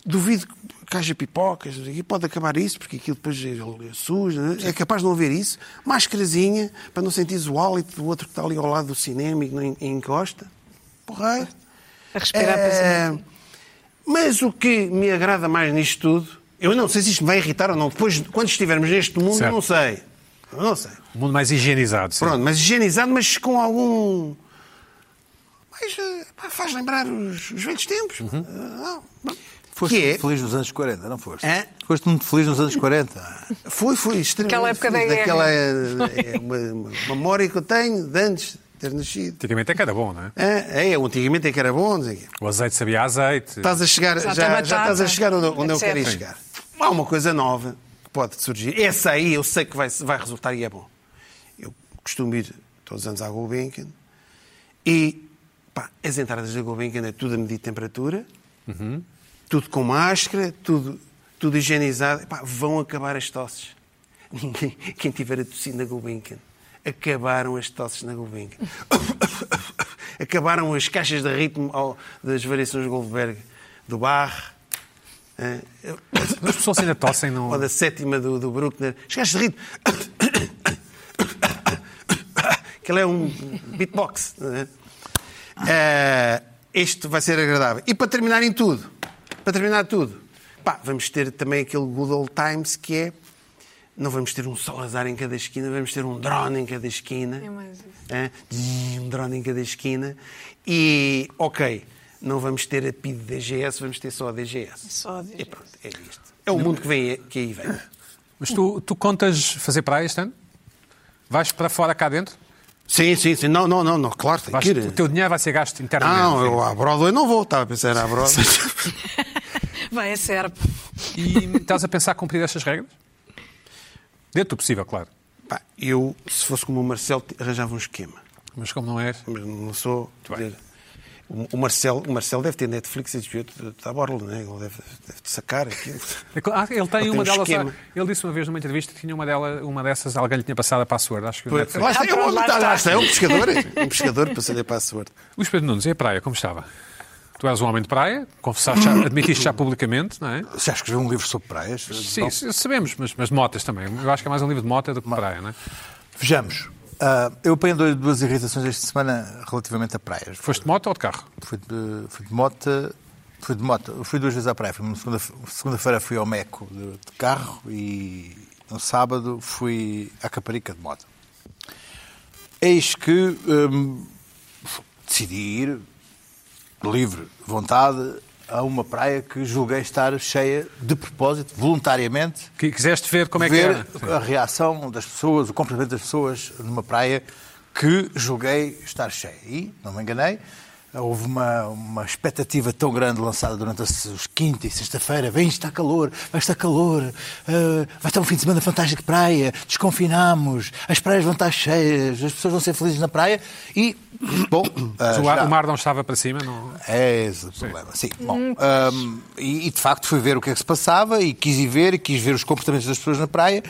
[SPEAKER 2] Duvido que haja pipocas. não sei o quê. Pode acabar isso, porque aquilo depois é suja. não é? É capaz de não haver isso. Máscarazinha, para não sentir o hálito do outro que está ali ao lado do cinema e que não en- encosta. Porreiro.
[SPEAKER 3] A respirar
[SPEAKER 2] É,
[SPEAKER 4] Eh,
[SPEAKER 3] para assim. cima.
[SPEAKER 2] Mas o que me agrada mais nisto tudo Eu não sei se isto me vai irritar ou não. Depois, quando estivermos neste mundo,
[SPEAKER 1] Certo.
[SPEAKER 2] não sei. Eu não sei.
[SPEAKER 1] Um mundo mais higienizado. Sim.
[SPEAKER 2] Pronto, mas higienizado, mas com algum. Mas eh, pá, faz lembrar os, os velhos tempos. Ah, não.
[SPEAKER 4] Foste
[SPEAKER 2] que é,
[SPEAKER 4] feliz nos anos 40, não foste?
[SPEAKER 2] Hã?
[SPEAKER 4] Foste muito feliz nos anos 40.
[SPEAKER 2] foi, foi extremamente.
[SPEAKER 3] Aquela época da
[SPEAKER 2] feliz.
[SPEAKER 3] guerra.
[SPEAKER 2] Aquela é, é uma, uma memória que eu tenho de antes de ter nascido.
[SPEAKER 1] *laughs* Antigamente é que era bom, não é?
[SPEAKER 2] Ah, é, antigamente é que era bom, não sei o quê.
[SPEAKER 1] O azeite sabia a azeite.
[SPEAKER 2] Estás a chegar, já,
[SPEAKER 3] Batata,
[SPEAKER 2] já estás a chegar onde, onde eu
[SPEAKER 3] etc.
[SPEAKER 2] quero ir chegar. Há uma coisa nova que pode surgir. Essa aí eu sei que vai, vai resultar e é bom. Eu costumo ir todos os anos à Gulbenkian e pá, as entradas da Gulbenkian é tudo a medir temperatura, tudo com máscara, tudo, tudo higienizado. Pá, vão acabar as tosses. *laughs* Ninguém, quem tiver a tossir na Gulbenkian, acabaram as tosses na Gulbenkian. *laughs* acabaram as caixas de ritmo ao- das variações Goldberg do Bach. eh,
[SPEAKER 1] As pessoas ainda tossem, não.
[SPEAKER 2] ou da sétima do, do Bruckner. Os gajos de *coughs* ritmo. Aquilo é um beatbox. não é? Eh, este vai ser agradável. E para terminar em tudo, para terminar tudo, pá, vamos ter também aquele good old times que é não vamos ter um Salazar em cada esquina, vamos ter um drone em cada esquina.
[SPEAKER 3] É mais isso.
[SPEAKER 2] Hã? Zzz, um drone em cada esquina. E, ok, não vamos ter a PID DGS, vamos ter só a DGS.
[SPEAKER 3] Só a DGS.
[SPEAKER 2] E pronto, é isto. É o mundo que, vem, que aí vem.
[SPEAKER 1] Mas tu, tu contas fazer praia este ano? Vais para fora cá dentro?
[SPEAKER 2] Sim, sim, sim. Não, não, não, não. claro, tem
[SPEAKER 1] Vais-
[SPEAKER 2] que
[SPEAKER 1] o
[SPEAKER 2] ir.
[SPEAKER 1] teu dinheiro vai ser gasto internamente.
[SPEAKER 2] Não, eu à Broadway não vou. Estava a pensar à Broadway.
[SPEAKER 3] Vai, é serpo.
[SPEAKER 1] E estás a pensar cumprir estas regras? Dentro do possível, claro.
[SPEAKER 2] Pá, eu, se fosse como o Marcelo, arranjava um esquema.
[SPEAKER 1] Mas como não és.
[SPEAKER 2] Mas não sou...
[SPEAKER 1] Muito bem.
[SPEAKER 2] quer dizer, o- o Marcelo, o Marcelo deve ter Netflix e desviou tudo da borla, né? Ele deve, deve sacar aquilo.
[SPEAKER 1] Ah, ele tem
[SPEAKER 2] tem um
[SPEAKER 1] uma delas.
[SPEAKER 2] esquema.
[SPEAKER 1] Ele disse uma vez numa entrevista que tinha uma, dela, uma dessas, alguém lhe tinha passado a password. Acho que não é
[SPEAKER 2] Lá está, é um homem,
[SPEAKER 3] Lá está.
[SPEAKER 2] lá está, é um pescador. Um pescador para saber para a sorte.
[SPEAKER 1] Luís Pedro Nunes, e a praia, como estava? Tu és um homem de praia, confessaste, já, admitiste já publicamente, não é?
[SPEAKER 4] Já escreveu um livro sobre praias?
[SPEAKER 1] Sim, sim, sabemos, mas, mas de motas também. Eu acho que é mais um livro de mota do que de praia, não é?
[SPEAKER 4] Vejamos. Ah, eu apanhei dois- duas irritações esta semana relativamente a praias.
[SPEAKER 1] Foste de moto ou de carro?
[SPEAKER 4] Fui de, fui de moto. Fui de moto. Fui duas vezes à praia. Fui numa segunda- Segunda-feira fui ao Meco de, de carro e no sábado fui à Caparica de moto. Eis que hum, decidi ir, de livre vontade, a uma praia que julguei estar cheia de propósito, voluntariamente,
[SPEAKER 1] Que quiseste ver como é que
[SPEAKER 4] ver Ah,
[SPEAKER 1] era?
[SPEAKER 4] a reação das pessoas, o comportamento das pessoas numa praia que julguei estar cheia. E, não me enganei, houve uma, uma expectativa tão grande lançada durante as, os quinta e sexta-feira. Vem, está calor, vai estar calor, ah, vai estar um fim de semana fantástico de praia, desconfinamos, as praias vão estar cheias, as pessoas vão ser felizes na praia e, *coughs* bom... ah,
[SPEAKER 1] Mas o, ar-
[SPEAKER 4] está.
[SPEAKER 1] o mar não estava para cima, não.
[SPEAKER 4] É esse o problema. Sim. Bom, hum, e, e, de facto fui ver o que é que se passava e quis ir ver, e quis ver os comportamentos das pessoas na praia,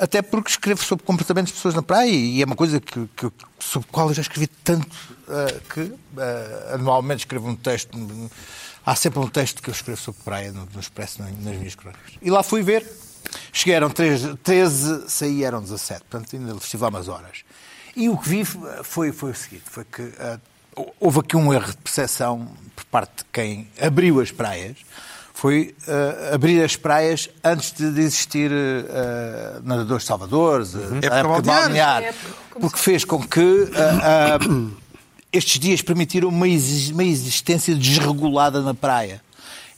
[SPEAKER 4] até porque escrevo sobre comportamentos de pessoas na praia e é uma coisa que, que- sobre a qual eu já escrevi tanto ah, que ah, anualmente escrevo um texto. um- Há sempre um texto que eu escrevo sobre praia no, no Expresso, na- nas minhas crónicas. E lá fui ver. Chegaram 13, 13 saí estivesse 17, portanto ainda estive lá umas horas. E o que vi foi, foi o seguinte, foi que ah, houve aqui um erro de percepção por parte de quem abriu as praias, foi ah, abrir as praias antes de de existir ah, ah, nadadores salvadores, ah,
[SPEAKER 2] Época
[SPEAKER 4] a época
[SPEAKER 2] balnear.
[SPEAKER 4] balnear,
[SPEAKER 3] É,
[SPEAKER 4] porque fez com que ah, ah, estes dias permitiram uma exi- uma existência desregulada na praia.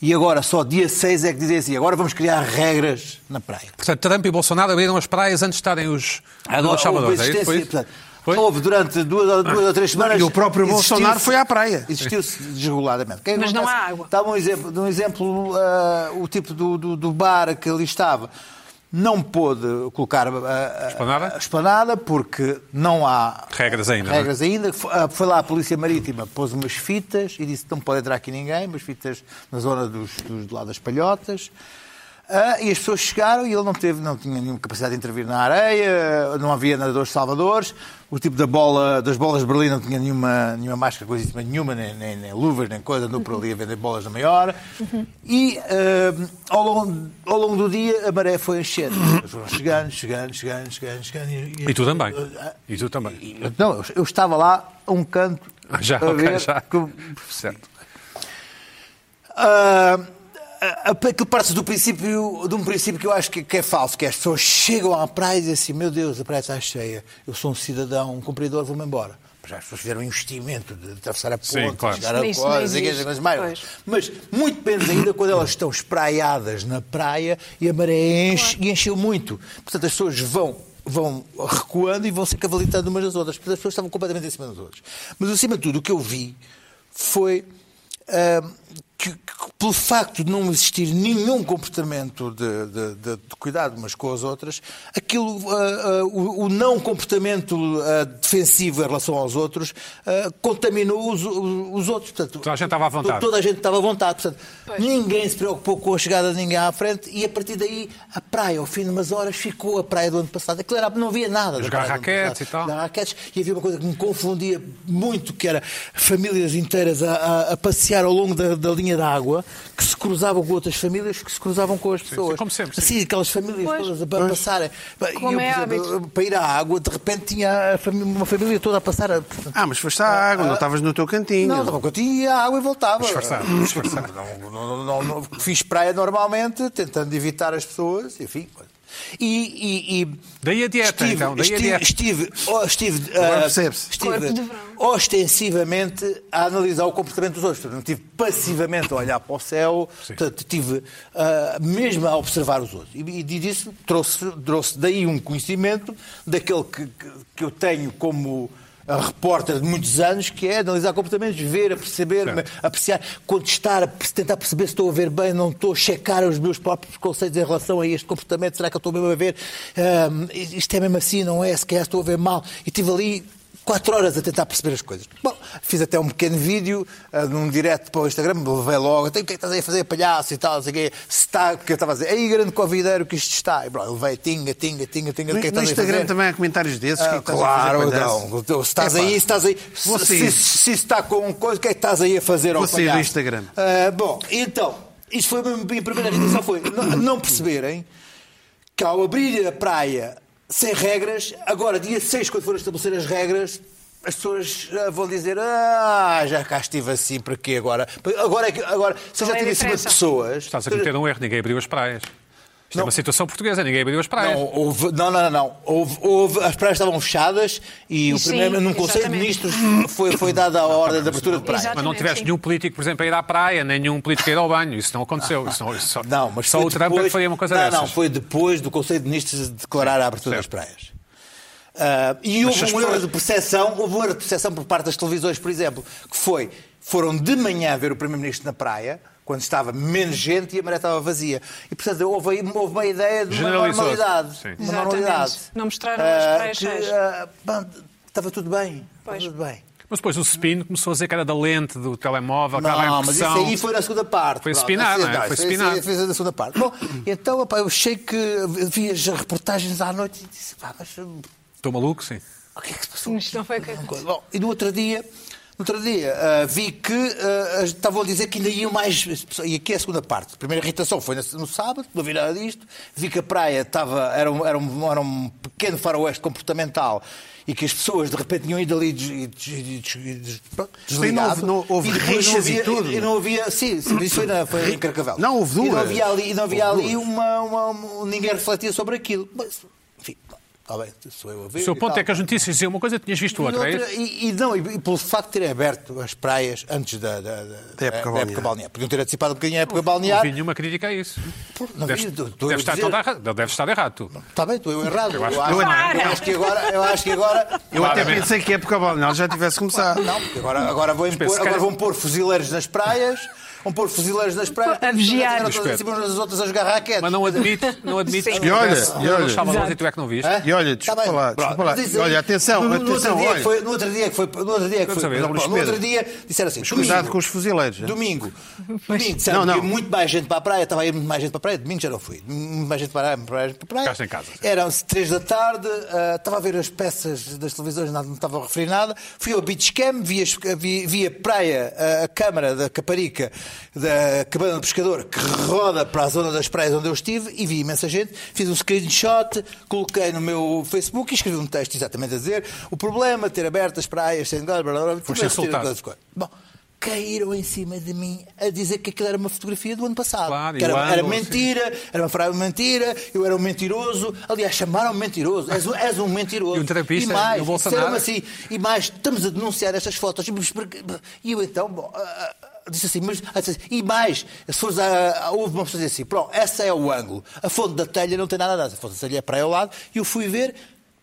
[SPEAKER 4] E agora só dia 6 é que dizem assim, agora vamos criar regras na praia.
[SPEAKER 1] Portanto, Trump e Bolsonaro abriram as praias antes de estarem os
[SPEAKER 4] Agora,
[SPEAKER 1] os salvadores,
[SPEAKER 4] Ah, houve
[SPEAKER 1] é isso? Foi
[SPEAKER 4] existência,
[SPEAKER 1] isso?
[SPEAKER 4] portanto, então
[SPEAKER 1] Foi?
[SPEAKER 4] Houve durante duas, ou- duas ou três semanas.
[SPEAKER 2] E o próprio
[SPEAKER 4] existiu-se-
[SPEAKER 2] Bolsonaro foi à praia.
[SPEAKER 4] Existiu-se desreguladamente. O que é que
[SPEAKER 3] Mas não
[SPEAKER 4] acontece?
[SPEAKER 3] há água.
[SPEAKER 4] Dá um exemplo, dá um exemplo ah, o tipo do, do, do bar que ali estava. Não pôde colocar ah, ah,
[SPEAKER 1] Esplanada?
[SPEAKER 4] a esplanada porque não há
[SPEAKER 1] Regras ainda, é?
[SPEAKER 4] regras ainda. Foi ah, foi lá a Polícia Marítima, pôs umas fitas e disse que não pode entrar aqui ninguém, umas fitas na zona dos, dos, do lado das palhotas. Ah, e as pessoas chegaram e ele não, teve, não tinha nenhuma capacidade de intervir na areia, não havia nadadores salvadores, o tipo da bola, das bolas de Berlim não tinha nenhuma, nenhuma máscara, coisa assim, nenhuma, nem, nem, nem luvas, nem coisa, andou por ali a vender bolas na maior. E ah, ao, longo, ao longo do dia a maré foi enchendo. As pessoas foram Chegando, chegando, chegando, chegando, chegando. ah,
[SPEAKER 1] E tu também. E tu também.
[SPEAKER 4] Eu- Não, eu, eu estava lá a um canto.
[SPEAKER 1] Ah, Já,
[SPEAKER 4] a
[SPEAKER 1] ok,
[SPEAKER 4] ver
[SPEAKER 1] já.
[SPEAKER 4] que-
[SPEAKER 1] Certo.
[SPEAKER 4] Ah, a- a- aquilo parte do princípio, de um princípio que eu acho que, que é falso, que é as pessoas chegam à praia e dizem assim, meu Deus, a praia está cheia, eu sou um cidadão, um cumpridor, vou-me embora. Mas as pessoas fizeram um investimento de atravessar a ponte,
[SPEAKER 1] Sim, claro.
[SPEAKER 4] chegar a
[SPEAKER 3] Isso não
[SPEAKER 4] coisa,
[SPEAKER 3] existe.
[SPEAKER 4] igrejas, coisas mais.
[SPEAKER 3] Pois.
[SPEAKER 4] Mas muito menos ainda quando elas estão espraiadas na praia e a maré enche e encheu muito. Portanto, as pessoas vão vão recuando e vão se cavalitando umas das outras. Portanto, as pessoas estavam completamente em cima das outras. Mas, acima de tudo, o que eu vi foi ah, que, que pelo facto de não existir nenhum comportamento de, de- de- de cuidado umas com as outras, aquilo, ah, ah, o, o não comportamento ah, defensivo em relação aos outros ah, contaminou os, os outros. Portanto,
[SPEAKER 1] Toda a gente estava à vontade.
[SPEAKER 4] Toda a gente estava à vontade. Portanto,
[SPEAKER 3] Pois.
[SPEAKER 4] ninguém se preocupou com a chegada de ninguém à frente e a partir daí a praia, ao fim de umas horas, ficou a praia do ano passado. Aquilo era, não havia nada. da
[SPEAKER 1] Jogar
[SPEAKER 4] praia do ano
[SPEAKER 1] raquetes
[SPEAKER 4] passado.
[SPEAKER 1] e tal.
[SPEAKER 4] Não há raquetes. E havia uma coisa que me confundia muito, que era famílias inteiras a, a- a passear ao longo da, da linha d'água, que se cruzavam com outras famílias, que se cruzavam com as pessoas.
[SPEAKER 1] como sempre, sim.
[SPEAKER 4] Assim, aquelas famílias
[SPEAKER 3] Pois.
[SPEAKER 4] todas a pa- passarem. E eu,
[SPEAKER 3] Como é
[SPEAKER 4] por exemplo,
[SPEAKER 3] hábito.
[SPEAKER 4] para ir à água, de repente tinha a fami- uma família toda a passar. A...
[SPEAKER 2] Ah, mas foste à água, não estavas no teu cantinho.
[SPEAKER 4] Não, estava contigo e a água e voltava.
[SPEAKER 1] Disfarçado, disfarçado.
[SPEAKER 4] Não, não, não, não, fiz praia normalmente, tentando evitar as pessoas, enfim. E, e, e
[SPEAKER 1] Daí a dieta,
[SPEAKER 4] estive,
[SPEAKER 1] então, daí a
[SPEAKER 4] estive,
[SPEAKER 1] dieta.
[SPEAKER 4] estive, oh, estive,
[SPEAKER 2] Agora
[SPEAKER 4] ah,
[SPEAKER 2] percebe-se.
[SPEAKER 3] Corpo de
[SPEAKER 4] estive
[SPEAKER 3] verão.
[SPEAKER 4] ostensivamente a analisar o comportamento dos outros. Portanto, Não estive passivamente a olhar para o céu,
[SPEAKER 1] Sim.
[SPEAKER 4] portanto, estive ah, mesmo a observar os outros. E, e disso trouxe, trouxe daí um conhecimento daquele que, que, que eu tenho como ah, repórter de muitos anos, que é analisar comportamentos, ver, a perceber,
[SPEAKER 1] Certo.
[SPEAKER 4] apreciar, contestar, tentar perceber se estou a ver bem, não estou, checar os meus próprios conceitos em relação a este comportamento, será que eu estou mesmo a ver, Ahm, isto é mesmo assim, não é, se calhar estou a ver mal, e estive ali quatro horas a tentar perceber as coisas. Bom, fiz até um pequeno vídeo ah, num direto para o Instagram, me levei logo, "Então, o que é que estás aí a fazer, palhaço e tal, não sei o quê, se está, porque eu estava a dizer, aí grande covideiro que isto está, e bro, eu levei, tinga, tinga, tinga, tinga, o
[SPEAKER 2] No,
[SPEAKER 4] que é que
[SPEAKER 2] no
[SPEAKER 4] estás aí a
[SPEAKER 2] Instagram
[SPEAKER 4] fazer?
[SPEAKER 2] também há comentários desses.
[SPEAKER 4] Ah,
[SPEAKER 2] que é que estás a
[SPEAKER 4] claro,
[SPEAKER 2] fazer, palhaço?
[SPEAKER 4] não. Se estás
[SPEAKER 2] Epá,
[SPEAKER 4] aí, se estás aí. Se,
[SPEAKER 2] Você.
[SPEAKER 4] se, se está com um coisa, o que é que estás aí a fazer ao
[SPEAKER 2] Você
[SPEAKER 4] palhaço?
[SPEAKER 2] do Instagram.
[SPEAKER 4] Ah, bom, então, isto foi a minha- minha primeira reação foi não, não perceberem que ao abrir a praia sem regras, agora dia 6, quando forem estabelecer as regras, as pessoas ah, vão dizer ah, já cá estive assim, para quê agora? Agora é que agora, se eu já
[SPEAKER 3] Qual é a
[SPEAKER 4] estive acima de
[SPEAKER 3] diferença?
[SPEAKER 4] pessoas.
[SPEAKER 1] Estás a cometer um erro, ninguém abriu as praias. Isto é
[SPEAKER 4] Não.
[SPEAKER 1] uma situação portuguesa, ninguém abriu as praias.
[SPEAKER 4] Não, houve- não, não, não. não. Houve- houve- as praias estavam fechadas e o
[SPEAKER 3] Sim,
[SPEAKER 4] primeiro, num Conselho de
[SPEAKER 3] exatamente.
[SPEAKER 4] Ministros foi, foi dada a ordem de abertura de praias.
[SPEAKER 3] Exato.
[SPEAKER 1] Mas não tiveste
[SPEAKER 3] sim.
[SPEAKER 1] nenhum político, por exemplo, a ir à praia, nem nenhum político a ir ao banho. Isso não aconteceu. Isso não, isso só,
[SPEAKER 4] Não, mas
[SPEAKER 1] só
[SPEAKER 4] foi
[SPEAKER 1] o Trump é
[SPEAKER 4] depois,
[SPEAKER 1] que faria uma coisa
[SPEAKER 4] não,
[SPEAKER 1] dessas.
[SPEAKER 4] Não, foi depois do Conselho de Ministros declarar a abertura das praias. Ah, e houve
[SPEAKER 1] as
[SPEAKER 4] um erro
[SPEAKER 1] pessoas-
[SPEAKER 4] de percepção, houve um erro de percepção por parte das televisões, por exemplo, que foi, foram de manhã ver o Primeiro-Ministro na praia, quando estava menos gente e a maré estava vazia. E, portanto, houve, aí- houve uma ideia de uma
[SPEAKER 1] Generalizou-se.
[SPEAKER 4] normalidade.
[SPEAKER 1] Sim.
[SPEAKER 4] Uma
[SPEAKER 3] Exatamente.
[SPEAKER 4] normalidade.
[SPEAKER 3] Não mostraram as
[SPEAKER 4] Ah,
[SPEAKER 3] praias
[SPEAKER 4] que,
[SPEAKER 3] cheias.
[SPEAKER 4] ah, bom, Estava tudo bem. Estava
[SPEAKER 3] Pois.
[SPEAKER 4] tudo bem.
[SPEAKER 1] Mas depois o Spin começou a dizer que era da lente do telemóvel, que era a
[SPEAKER 4] Não, Ah, mas isso
[SPEAKER 1] é impressão.
[SPEAKER 4] aí foi na segunda parte.
[SPEAKER 1] Foi
[SPEAKER 4] Pronto, assim,
[SPEAKER 1] espinar,
[SPEAKER 4] isso-
[SPEAKER 1] não é? Foi
[SPEAKER 4] isso- isso-
[SPEAKER 1] espinar.
[SPEAKER 4] isso- isso é na segunda parte. Bom, então opa, eu achei que vi as reportagens à noite e disse, pá, mas hum,
[SPEAKER 1] Estou maluco, sim.
[SPEAKER 4] o que é que se passou?
[SPEAKER 3] Isto não foi o que aconteceu.
[SPEAKER 4] Bom, e no outro dia, no outro dia ah, vi que ah, as- estavam a dizer que ainda iam mais. E aqui é a segunda parte. A primeira irritação foi no sábado, não vi nada disto. Vi que a praia estava, era, um, era, um, era um pequeno faroeste comportamental e que as pessoas de repente tinham ido ali des- e des- e des- e des- pronto, desligado.
[SPEAKER 2] Sim, não houve- não houve
[SPEAKER 4] depois não
[SPEAKER 2] rixas e
[SPEAKER 4] havia-
[SPEAKER 2] tudo.
[SPEAKER 4] E não havia. Sim, sim, isso foi, na, foi em Carcavel.
[SPEAKER 2] Não, houve
[SPEAKER 4] E não
[SPEAKER 2] duas.
[SPEAKER 4] havia ali, e não havia
[SPEAKER 2] Houve
[SPEAKER 4] ali uma, uma- um- Ninguém refletia sobre aquilo. Mas, enfim, está bem, sou eu a ver.
[SPEAKER 1] O seu
[SPEAKER 4] e
[SPEAKER 1] ponto
[SPEAKER 4] tal.
[SPEAKER 1] é que as notícias diziam uma coisa tinhas visto outra, é
[SPEAKER 4] E,
[SPEAKER 1] isso?
[SPEAKER 4] outra- e- e não, e, e pelo facto de terem aberto as praias antes da, da, da-
[SPEAKER 2] época
[SPEAKER 4] da época,
[SPEAKER 2] balnear.
[SPEAKER 4] balnear. Podiam ter antecipado um bocadinho a época
[SPEAKER 1] Não vi
[SPEAKER 4] balnear.
[SPEAKER 1] nenhuma crítica a isso.
[SPEAKER 4] Não vi,
[SPEAKER 1] Deves,
[SPEAKER 4] estou-
[SPEAKER 1] deves
[SPEAKER 4] estou a
[SPEAKER 1] estar,
[SPEAKER 4] dizer-
[SPEAKER 1] toda erra- deves estar errado. tu.
[SPEAKER 4] Está bem, estou eu errado. Eu
[SPEAKER 1] acho-
[SPEAKER 4] acho,
[SPEAKER 2] eu
[SPEAKER 3] não.
[SPEAKER 4] eu acho que agora. Eu acho que agora.
[SPEAKER 2] Eu até
[SPEAKER 1] Claramente.
[SPEAKER 2] pensei que é a época balnear já tivesse começado.
[SPEAKER 4] Não, porque agora, agora, vão impor-
[SPEAKER 1] penso que
[SPEAKER 4] agora
[SPEAKER 1] era-
[SPEAKER 4] vão pôr fuzileiros nas praias. Vão pôr fuzileiros nas praias.
[SPEAKER 3] A vigiar.
[SPEAKER 4] Todas as pessoas umas das outras a jogar raquetes.
[SPEAKER 1] Mas não admite, não admite
[SPEAKER 3] Sim.
[SPEAKER 1] que
[SPEAKER 2] E olha,
[SPEAKER 1] houvesse-
[SPEAKER 2] e
[SPEAKER 1] eu
[SPEAKER 2] olha.
[SPEAKER 1] estava longe
[SPEAKER 3] Exato.
[SPEAKER 1] e tu é que não viste.
[SPEAKER 4] Hã?
[SPEAKER 2] E olha, desculpa
[SPEAKER 4] Tá bem.
[SPEAKER 2] lá, desculpa lá.
[SPEAKER 4] Mas isso aí-
[SPEAKER 2] Olha, atenção,
[SPEAKER 4] no, no
[SPEAKER 2] atenção,
[SPEAKER 4] outro dia
[SPEAKER 2] olha.
[SPEAKER 4] Que foi, no outro dia que foi. No outro dia que foi.
[SPEAKER 1] Vamos saber,
[SPEAKER 4] Bom,
[SPEAKER 1] Luís
[SPEAKER 4] no outro
[SPEAKER 2] Pedro.
[SPEAKER 4] dia disseram assim.
[SPEAKER 2] Cuidado
[SPEAKER 4] domingo,
[SPEAKER 2] com os fuzileiros. né? já.
[SPEAKER 1] *laughs*
[SPEAKER 4] Domingo. Domingo, disseram
[SPEAKER 2] Não,
[SPEAKER 4] que
[SPEAKER 2] não.
[SPEAKER 4] ia muito mais gente para a praia, estava a ir muito mais gente para a praia, domingo já não fui. Muito mais gente para a praia. Para a praia.
[SPEAKER 1] Ficaste em casa, sim.
[SPEAKER 4] Eram-se três da tarde, ah, estava a ver as peças das televisões, nada, não estava a referir nada. Fui ao Beach Cam, vi, as- vi- vi a praia, a, a câmara da Caparica, da Cabana do Pescador, que roda para a zona das praias onde eu estive e vi imensa gente. Fiz um screenshot, coloquei no meu Facebook e escrevi um texto exatamente a dizer o problema de ter aberto as praias sem... Blá, blá, blá, blá,
[SPEAKER 1] Foste insultado.
[SPEAKER 4] Bom, caíram em cima de mim a dizer que aquilo era uma fotografia do ano passado.
[SPEAKER 1] Claro,
[SPEAKER 4] que era,
[SPEAKER 1] e o
[SPEAKER 4] era
[SPEAKER 1] ângulo,
[SPEAKER 4] mentira, era uma frase de mentira, eu era um mentiroso. Aliás, chamaram-me mentiroso. És, um- és um mentiroso.
[SPEAKER 1] E um terapista,
[SPEAKER 4] E mais,
[SPEAKER 1] e o Bolsonaro.
[SPEAKER 4] disseram-me assim, e mais, estamos a denunciar estas fotos. Mas porque- E eu então, bom, ah, ah, disse assim, mas, ah, disse assim, e mais, se fores a, a- houve uma pessoa que disse assim, pronto, essa é o ângulo. A fonte da telha não tem nada a dar. A fonte da telha é para aí ao lado. E eu fui ver,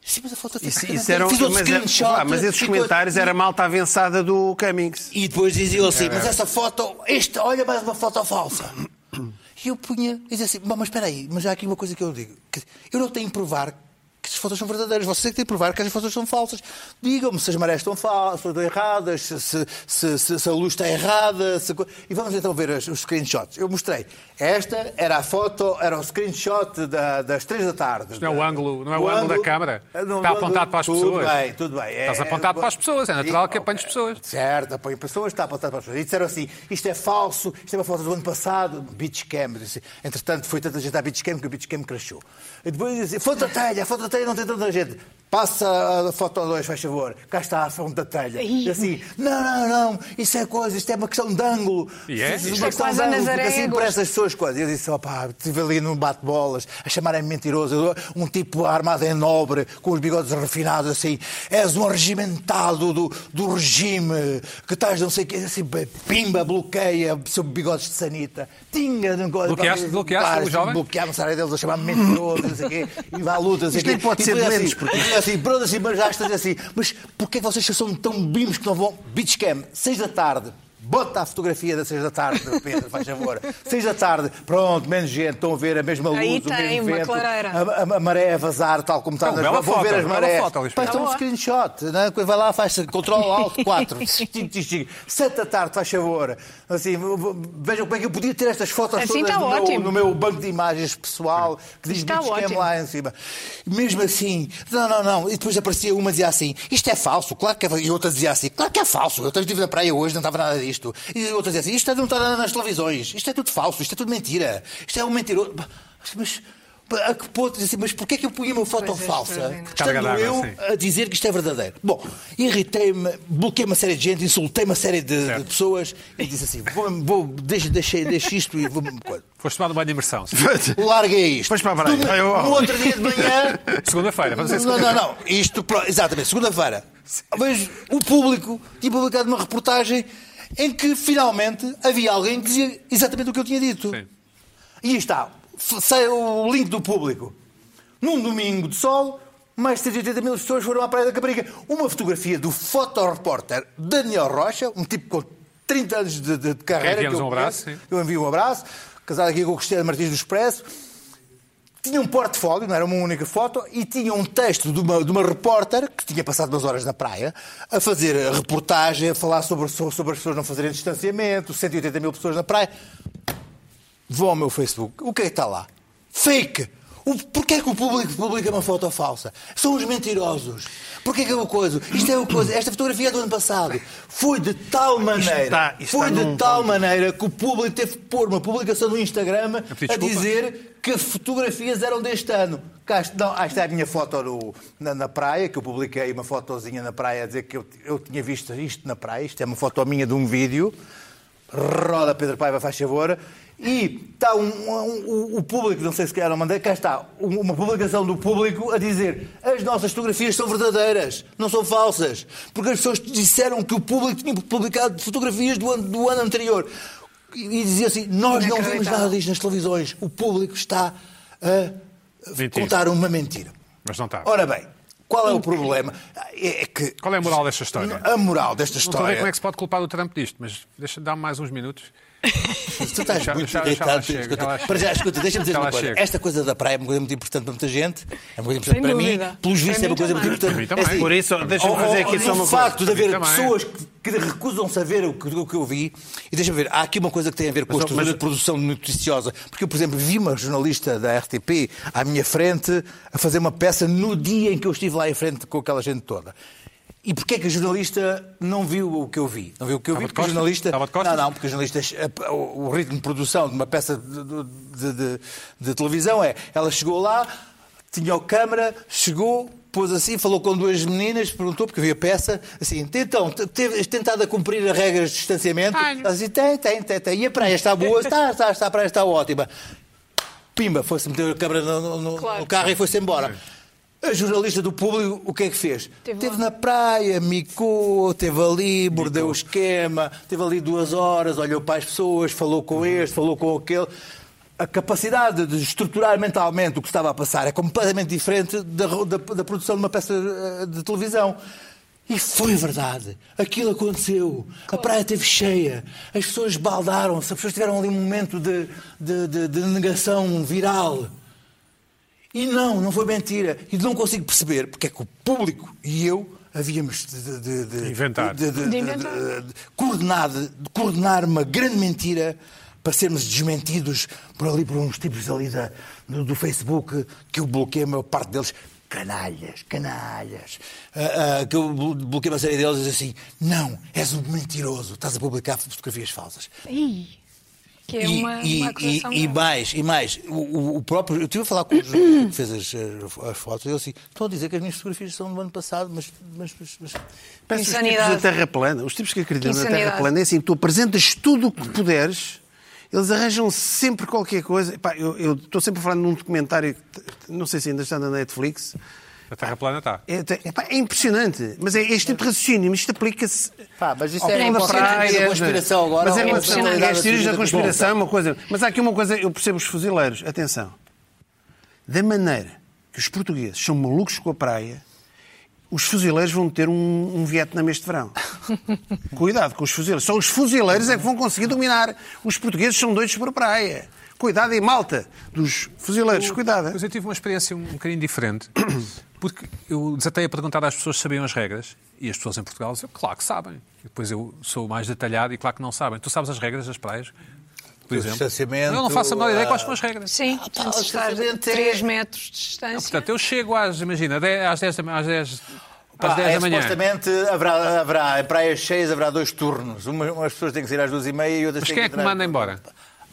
[SPEAKER 4] sim, mas a fonte da telha...
[SPEAKER 2] Isso,
[SPEAKER 4] tem nada a
[SPEAKER 2] isso
[SPEAKER 4] ver.
[SPEAKER 2] eram,
[SPEAKER 4] Fiz outro
[SPEAKER 2] mas,
[SPEAKER 4] screenshot.
[SPEAKER 2] ah, mas esses
[SPEAKER 4] e depois-
[SPEAKER 2] comentários era malta avançada do Cummings.
[SPEAKER 4] e depois diziam assim, mas essa foto, esta, olha mais uma foto falsa. E eu punha, e dizia assim, "Bom, mas espera aí, mas há aqui uma coisa que eu digo. Quer dizer, Eu não tenho que provar que as fotos são verdadeiras, vocês é que têm que provar que as fotos são falsas. Digam-me se as marés estão falsas, estão erradas, se, se- se- se- se a luz está errada. se co- E vamos então ver as- os screenshots. Eu mostrei. Esta era a foto, era o screenshot da- das três da tarde. Ah,
[SPEAKER 1] não é o ângulo- não é o ângulo da câmara? Está apontado para as
[SPEAKER 4] tudo
[SPEAKER 1] pessoas.
[SPEAKER 4] Bem, tudo bem.
[SPEAKER 1] Estás apontado para as pessoas, é natural que apanhes pessoas.
[SPEAKER 4] Certo, apoio pessoas, está apontado para as pessoas. E disseram assim: isto é falso, isto é uma foto do ano passado, Beachcam. Disse, Entretanto, foi tanta gente à Beachcam que o Beachcam crashou. E depois dizem: foto da telha, a foto da telha não tem tanta gente. Passa a foto 2, faz favor, cá está a foto da telha. E assim: não, não, não, isso é coisa, isto é uma questão de ângulo.
[SPEAKER 1] E é?
[SPEAKER 4] Isso
[SPEAKER 1] Isto
[SPEAKER 4] é
[SPEAKER 1] é
[SPEAKER 4] uma questão
[SPEAKER 3] quase
[SPEAKER 4] de
[SPEAKER 3] a
[SPEAKER 4] ângulo,
[SPEAKER 3] Nazaré
[SPEAKER 4] fica assim
[SPEAKER 3] Gomes.
[SPEAKER 4] para essas pessoas quase. Eu disse, opá, estive ali num bate-bolas, a chamarem-me mentiroso, eu- um tipo armado em nobre, com os bigodes refinados, assim, és um regimentado do, do regime, que estás não sei o quê, assim, bem, pimba, bloqueia, seu bigodes de sanita, um tinga, não gosto.
[SPEAKER 1] Bloqueaste- bloqueaste o jovem?
[SPEAKER 4] Bloquearam, sabe deles, a chamar-me mentiroso, não sei o quê, e vá à luta, não sei o
[SPEAKER 2] Isto
[SPEAKER 4] quê.
[SPEAKER 2] nem pode
[SPEAKER 4] E
[SPEAKER 2] ser
[SPEAKER 4] depois,
[SPEAKER 2] doentes,
[SPEAKER 4] assim, porque assim, pronto, assim, mas já estás assim, mas porquê é que vocês são tão bimbos que não vão? Beachcam, 6 da tarde. Bota a fotografia das 6 da tarde, Pedro, faz favor. 6 da tarde, pronto, menos gente, estão a ver a mesma luz,
[SPEAKER 3] Aí
[SPEAKER 4] o
[SPEAKER 3] tem
[SPEAKER 4] mesmo
[SPEAKER 3] uma
[SPEAKER 4] vento,
[SPEAKER 3] clareira.
[SPEAKER 4] a, a- a maré a vazar, tal como está
[SPEAKER 1] Então,
[SPEAKER 4] nas
[SPEAKER 1] bela
[SPEAKER 4] vão ver
[SPEAKER 1] foto,
[SPEAKER 4] as
[SPEAKER 1] bela
[SPEAKER 4] marés.
[SPEAKER 1] foto, Luís
[SPEAKER 4] Pai,
[SPEAKER 1] Pedro.
[SPEAKER 4] está um screenshot, né? vai lá, faz control alt
[SPEAKER 3] *laughs*
[SPEAKER 4] 4, 7 da tarde, faz favor. Assim, vejam como é que eu podia ter estas fotos
[SPEAKER 3] Assim
[SPEAKER 4] todas
[SPEAKER 3] está
[SPEAKER 4] no, meu,
[SPEAKER 3] ótimo.
[SPEAKER 4] no meu banco de imagens pessoal, que diz
[SPEAKER 3] Está
[SPEAKER 4] Beachcam
[SPEAKER 3] ótimo.
[SPEAKER 4] lá lá em cima. Mesmo assim, não, não, não. E depois aparecia uma e dizia assim: isto é falso, claro que é falso. E outra dizia assim: claro que é falso. Eu estive na praia hoje, não estava nada disto. E outra dizia assim: isto não está nas televisões, isto é tudo falso, isto é tudo mentira, isto é um mentiroso. Mas. A que ponto dizer assim, mas porquê é que eu punha uma foto
[SPEAKER 3] Pois é,
[SPEAKER 4] falsa?
[SPEAKER 3] extraordinário.
[SPEAKER 1] Carga
[SPEAKER 4] Estando
[SPEAKER 1] d'água,
[SPEAKER 4] eu
[SPEAKER 1] sim.
[SPEAKER 4] a dizer que isto é verdadeiro. Bom, irritei-me, bloqueei uma série de gente, insultei uma série de, de
[SPEAKER 1] Certo.
[SPEAKER 4] pessoas e disse assim: vou, vou deixa, deixa, deixa isto e vou-me.
[SPEAKER 1] Foste tomado banho de imersão. sim.
[SPEAKER 4] Larguei é isto.
[SPEAKER 2] Pois para a praia.
[SPEAKER 4] No-
[SPEAKER 2] Vai, ó.
[SPEAKER 4] no outro dia de manhã,
[SPEAKER 1] *laughs* Segunda-feira, vamos dizer
[SPEAKER 4] não, não, não. Isto, pro- exatamente, segunda-feira. Vejo o público tinha publicado uma reportagem em que finalmente havia alguém que dizia exatamente o que eu tinha dito.
[SPEAKER 1] Sim.
[SPEAKER 4] E aí está, f- sai o link do público. Num domingo de sol, mais de 180 mil pessoas foram à Praia da Caparica. Uma fotografia do fotorepórter Daniel Rocha, um tipo com 30 anos de, de- de carreira.
[SPEAKER 1] Enviamos
[SPEAKER 4] que eu
[SPEAKER 1] um abraço,
[SPEAKER 4] conheço.
[SPEAKER 1] sim.
[SPEAKER 4] Eu envio um abraço, casado aqui com o Cristiano Martins do Expresso tinha um portfólio, não era uma única foto, e tinha um texto de uma, de uma repórter que tinha passado umas horas na praia a fazer a reportagem, a falar sobre, so- sobre as pessoas não fazerem distanciamento, 180 mil pessoas na praia. Vão ao meu Facebook. O que é que está lá? Fake! O, porquê é que o público publica uma foto falsa? São os mentirosos. Porquê é que é o coisa? Isto é o coisa. Esta fotografia é do ano passado. Foi de tal maneira.
[SPEAKER 2] está- isto
[SPEAKER 4] foi
[SPEAKER 2] está
[SPEAKER 4] de
[SPEAKER 2] num-
[SPEAKER 4] tal maneira que o público teve que pôr uma publicação no Instagram
[SPEAKER 1] Eu pedi
[SPEAKER 4] a
[SPEAKER 1] desculpa.
[SPEAKER 4] dizer que fotografias eram deste ano. Cá est- não, ah, esta é a minha foto no- na, na praia, que eu publiquei uma fotozinha na praia a dizer que eu, eu tinha visto isto na praia. Isto é uma foto minha de um vídeo. Roda Pedro Paiva, faz favor. E está um, um- um- o público, não sei se calhar não mandei, cá está um- uma publicação do público a dizer as nossas fotografias são verdadeiras, não são falsas, porque as pessoas disseram que o público tinha publicado fotografias do ano, do ano anterior. E, e dizia assim, nós não vimos
[SPEAKER 3] Inacreditável.
[SPEAKER 4] nada diz nas televisões, o público está a
[SPEAKER 1] Mentira.
[SPEAKER 4] contar uma mentira.
[SPEAKER 1] Mas não está.
[SPEAKER 4] Ora bem, qual é o problema? É que
[SPEAKER 1] Qual é a moral desta história? Não
[SPEAKER 4] a moral desta
[SPEAKER 1] estou a ver
[SPEAKER 4] história.
[SPEAKER 1] como é que se pode culpar o Trump disto, mas deixa dar-me mais uns minutos.
[SPEAKER 4] Tu estás
[SPEAKER 1] Já-
[SPEAKER 4] muito
[SPEAKER 1] já- já lá
[SPEAKER 4] irritado.
[SPEAKER 1] chego,
[SPEAKER 4] escuta.
[SPEAKER 1] já lá chego.
[SPEAKER 4] para já, escuta, deixa-me dizer
[SPEAKER 1] Já
[SPEAKER 4] uma
[SPEAKER 1] lá
[SPEAKER 4] coisa.
[SPEAKER 1] chego.
[SPEAKER 4] Esta coisa da praia é uma coisa muito importante para muita gente. É uma coisa importante
[SPEAKER 3] Sem
[SPEAKER 4] para mim.
[SPEAKER 3] dúvida.
[SPEAKER 4] Pelos vistos,
[SPEAKER 3] Para
[SPEAKER 4] é assim, uma
[SPEAKER 3] mim
[SPEAKER 4] coisa
[SPEAKER 3] também.
[SPEAKER 4] muito importante.
[SPEAKER 1] Para mim também.
[SPEAKER 2] Por isso, deixa-me
[SPEAKER 4] o-
[SPEAKER 2] fazer
[SPEAKER 4] o-
[SPEAKER 2] aqui só uma
[SPEAKER 4] O
[SPEAKER 2] coisa.
[SPEAKER 4] facto Oh, de
[SPEAKER 1] Para mim
[SPEAKER 4] haver
[SPEAKER 1] também.
[SPEAKER 4] pessoas que que recusam saber o que, o que eu vi, e deixa-me ver, há aqui uma coisa que tem a ver com a estrutura de produção noticiosa, porque eu, por exemplo, vi uma jornalista da RTP à minha frente a fazer uma peça no dia em que eu estive lá em frente com aquela gente toda. E porquê é que a jornalista não viu o que eu vi? Não viu o que eu vi
[SPEAKER 1] Estava de
[SPEAKER 4] porque a
[SPEAKER 1] costas?
[SPEAKER 4] jornalista...
[SPEAKER 1] Estava de costas?
[SPEAKER 4] Não, não, porque os jornalistas, a- o o ritmo de produção de uma peça de, de- de- de televisão é, ela chegou lá, tinha o câmara, chegou, pôs assim, falou com duas meninas, perguntou, porque eu vi a peça, assim, então, te- teve- tentado a cumprir as regras de distanciamento? Ela assim, tem, tem, tem, tem. E a praia está boa? Está, está, está, a praia está ótima. Pimba, foi-se meter a câmara no, no- no
[SPEAKER 3] Claro.
[SPEAKER 4] carro e foi-se embora. A jornalista do público, o que é que fez?
[SPEAKER 3] Teve
[SPEAKER 4] Teve
[SPEAKER 3] lá.
[SPEAKER 4] na praia, micou, teve ali, mordeu o esquema, teve ali duas horas, olhou para as pessoas, falou com este, falou com aquele. A capacidade de estruturar mentalmente o que estava a passar é completamente diferente da, ro- da- da produção de uma peça eh, de televisão. E foi verdade. Aquilo aconteceu. A praia esteve cheia. As pessoas baldaram-se. As pessoas tiveram ali um momento de- de- de- de negação viral. E não, não foi mentira. E não consigo perceber porque é que o público e eu havíamos de, de- de- de-
[SPEAKER 1] Inventar.
[SPEAKER 4] de- de-
[SPEAKER 3] De
[SPEAKER 4] de-
[SPEAKER 3] inventar.
[SPEAKER 4] de- de coordenar, de coordenar uma grande mentira para sermos desmentidos por ali, por uns tipos ali da- do, do Facebook que eu bloqueei a maior parte deles. Canalhas, canalhas. Ah, ah, que eu blo- bloqueei uma série deles e disse assim: não, és um mentiroso, estás a publicar fotografias falsas.
[SPEAKER 3] Ih, que é
[SPEAKER 4] E-
[SPEAKER 3] uma,
[SPEAKER 4] e,
[SPEAKER 3] uma acusação.
[SPEAKER 4] e- e
[SPEAKER 3] grave.
[SPEAKER 4] mais, e mais, o- o, o próprio. Eu estive a falar com o jornalista que fez as, eh, as fotos e ele assim: estão a dizer que as minhas fotografias são do ano passado, mas. mas, mas, mas-
[SPEAKER 2] Parece os tipos
[SPEAKER 3] Insanidade.
[SPEAKER 2] da Terra plana. Os tipos que acreditam na Terra
[SPEAKER 3] Insanidade.
[SPEAKER 2] plana é assim: tu apresentas tudo o que puderes, eles arranjam sempre qualquer coisa. Pá, eu, eu estou sempre a falar num documentário, que t- não sei se ainda está na Netflix.
[SPEAKER 1] A Terra plana está.
[SPEAKER 2] É, te- é, pá, é impressionante, mas é este tipo de raciocínio, mas isto aplica-se.
[SPEAKER 4] Pá, mas isso
[SPEAKER 2] ao
[SPEAKER 4] é
[SPEAKER 2] crime,
[SPEAKER 4] uma
[SPEAKER 2] à
[SPEAKER 4] teoria da
[SPEAKER 2] praia,
[SPEAKER 4] conspiração agora,
[SPEAKER 2] Mas é
[SPEAKER 4] ou
[SPEAKER 2] uma
[SPEAKER 4] uma
[SPEAKER 2] teoria
[SPEAKER 3] personalidade
[SPEAKER 2] das teorias
[SPEAKER 4] da
[SPEAKER 2] da conspiração, uma coisa. Mas há aqui uma coisa, eu percebo os fuzileiros, atenção. Da maneira que os portugueses são malucos com a praia, os fuzileiros vão ter um, um Vietnã este
[SPEAKER 4] *laughs*
[SPEAKER 2] verão. Cuidado com os fuzileiros. Só os fuzileiros é que vão conseguir dominar. Os portugueses são doidos por praia. Cuidado aí, malta, dos fuzileiros. Cuidado.
[SPEAKER 1] Mas eu tive uma experiência um bocadinho diferente, porque eu desatei a perguntar às pessoas se sabiam as regras, e as pessoas em Portugal diziam, claro que sabem. E depois eu sou mais detalhado e claro que não sabem. Tu sabes as regras das praias? Por exemplo.
[SPEAKER 4] distanciamento,
[SPEAKER 1] Eu não faço a menor ideia
[SPEAKER 4] ah,
[SPEAKER 1] quais são as regras.
[SPEAKER 3] Sim, portanto, se estar a
[SPEAKER 4] absolutamente é.
[SPEAKER 3] 3 metros de distância.
[SPEAKER 1] Portanto, eu chego às, imagina, dez- às 10 da manhã, às 10, às
[SPEAKER 4] Pá,
[SPEAKER 1] 10
[SPEAKER 4] é,
[SPEAKER 1] da manhã.
[SPEAKER 4] Supostamente haverá, haverá, em praias cheias haverá dois turnos. Uma- umas pessoas têm que sair às duas e meia e outras
[SPEAKER 1] Mas
[SPEAKER 4] têm
[SPEAKER 1] quem é que me
[SPEAKER 4] entrar-
[SPEAKER 1] manda embora?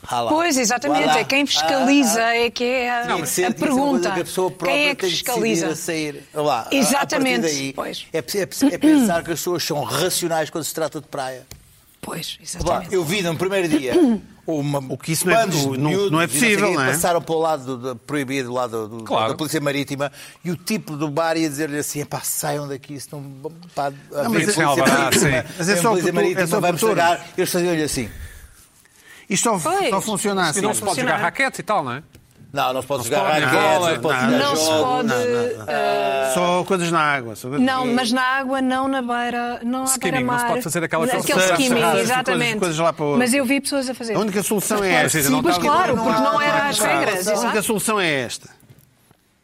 [SPEAKER 4] Ah lá.
[SPEAKER 3] Pois, exatamente,
[SPEAKER 4] Ah lá.
[SPEAKER 3] é quem fiscaliza
[SPEAKER 4] Ah, ah, ah.
[SPEAKER 3] é que é a,
[SPEAKER 4] Tem que ser-
[SPEAKER 3] a
[SPEAKER 4] tem que ser uma coisa
[SPEAKER 3] pergunta.
[SPEAKER 4] Que a pessoa própria
[SPEAKER 3] Quem é que
[SPEAKER 4] tem decidir
[SPEAKER 3] fiscaliza?
[SPEAKER 4] a sair. Olha lá, a- a partir
[SPEAKER 3] Exatamente,
[SPEAKER 4] daí,
[SPEAKER 3] pois.
[SPEAKER 4] É, preciso- é preciso- é pensar que as pessoas são racionais quando se trata de praia.
[SPEAKER 3] Pois,
[SPEAKER 4] Pá,
[SPEAKER 3] exatamente.
[SPEAKER 4] eu vi no primeiro dia
[SPEAKER 2] *coughs*
[SPEAKER 4] uma,
[SPEAKER 2] O que isso não é-
[SPEAKER 4] bandos de
[SPEAKER 2] o- não-
[SPEAKER 4] miúdos
[SPEAKER 2] não é
[SPEAKER 4] e
[SPEAKER 2] possível,
[SPEAKER 4] sei o quê,
[SPEAKER 2] não é?
[SPEAKER 4] Passaram para o lado do, do- proibido, do lado do-
[SPEAKER 1] Claro.
[SPEAKER 4] da Polícia Marítima, e o tipo do bar ia dizer-lhe assim: "Epá, saiam daqui, senão. Pá, a
[SPEAKER 2] mas
[SPEAKER 4] Polícia
[SPEAKER 2] isso é
[SPEAKER 1] alvará,
[SPEAKER 4] Marítima-
[SPEAKER 1] sim.
[SPEAKER 2] Mas é
[SPEAKER 4] a
[SPEAKER 2] só por tu- é
[SPEAKER 4] Polícia
[SPEAKER 2] só
[SPEAKER 4] Marítima vai
[SPEAKER 2] por tu.
[SPEAKER 4] buscar. Eles faziam-lhe assim:
[SPEAKER 2] Isto só,
[SPEAKER 3] Pois.
[SPEAKER 2] só funciona assim.
[SPEAKER 1] E não se pode jogar raquete e tal, não é?
[SPEAKER 4] não, não se pode jogar
[SPEAKER 1] pode,
[SPEAKER 4] raquete,
[SPEAKER 1] bola,
[SPEAKER 4] não se pode
[SPEAKER 2] nada.
[SPEAKER 4] jogar
[SPEAKER 3] Não se
[SPEAKER 4] jogo."
[SPEAKER 3] pode. eh,
[SPEAKER 2] Só coisas na água. só coisas-
[SPEAKER 3] Não, mas na água, não na beira, não à
[SPEAKER 1] Skimming,
[SPEAKER 3] beira
[SPEAKER 1] não se
[SPEAKER 3] mar.
[SPEAKER 1] pode fazer aquela coisa
[SPEAKER 3] Aquele
[SPEAKER 1] cerrada,
[SPEAKER 3] skimming,
[SPEAKER 2] cerrada,
[SPEAKER 3] exatamente.
[SPEAKER 2] coisas- coisas lá para o-
[SPEAKER 3] Mas eu vi pessoas a fazer.
[SPEAKER 2] A única solução é
[SPEAKER 1] Claro,
[SPEAKER 2] esta.
[SPEAKER 1] sim, não
[SPEAKER 3] Pois
[SPEAKER 1] está-
[SPEAKER 3] claro, porque não é era
[SPEAKER 4] há-
[SPEAKER 3] as
[SPEAKER 4] não há-
[SPEAKER 3] regras,
[SPEAKER 2] A única
[SPEAKER 3] exato.
[SPEAKER 2] solução é esta.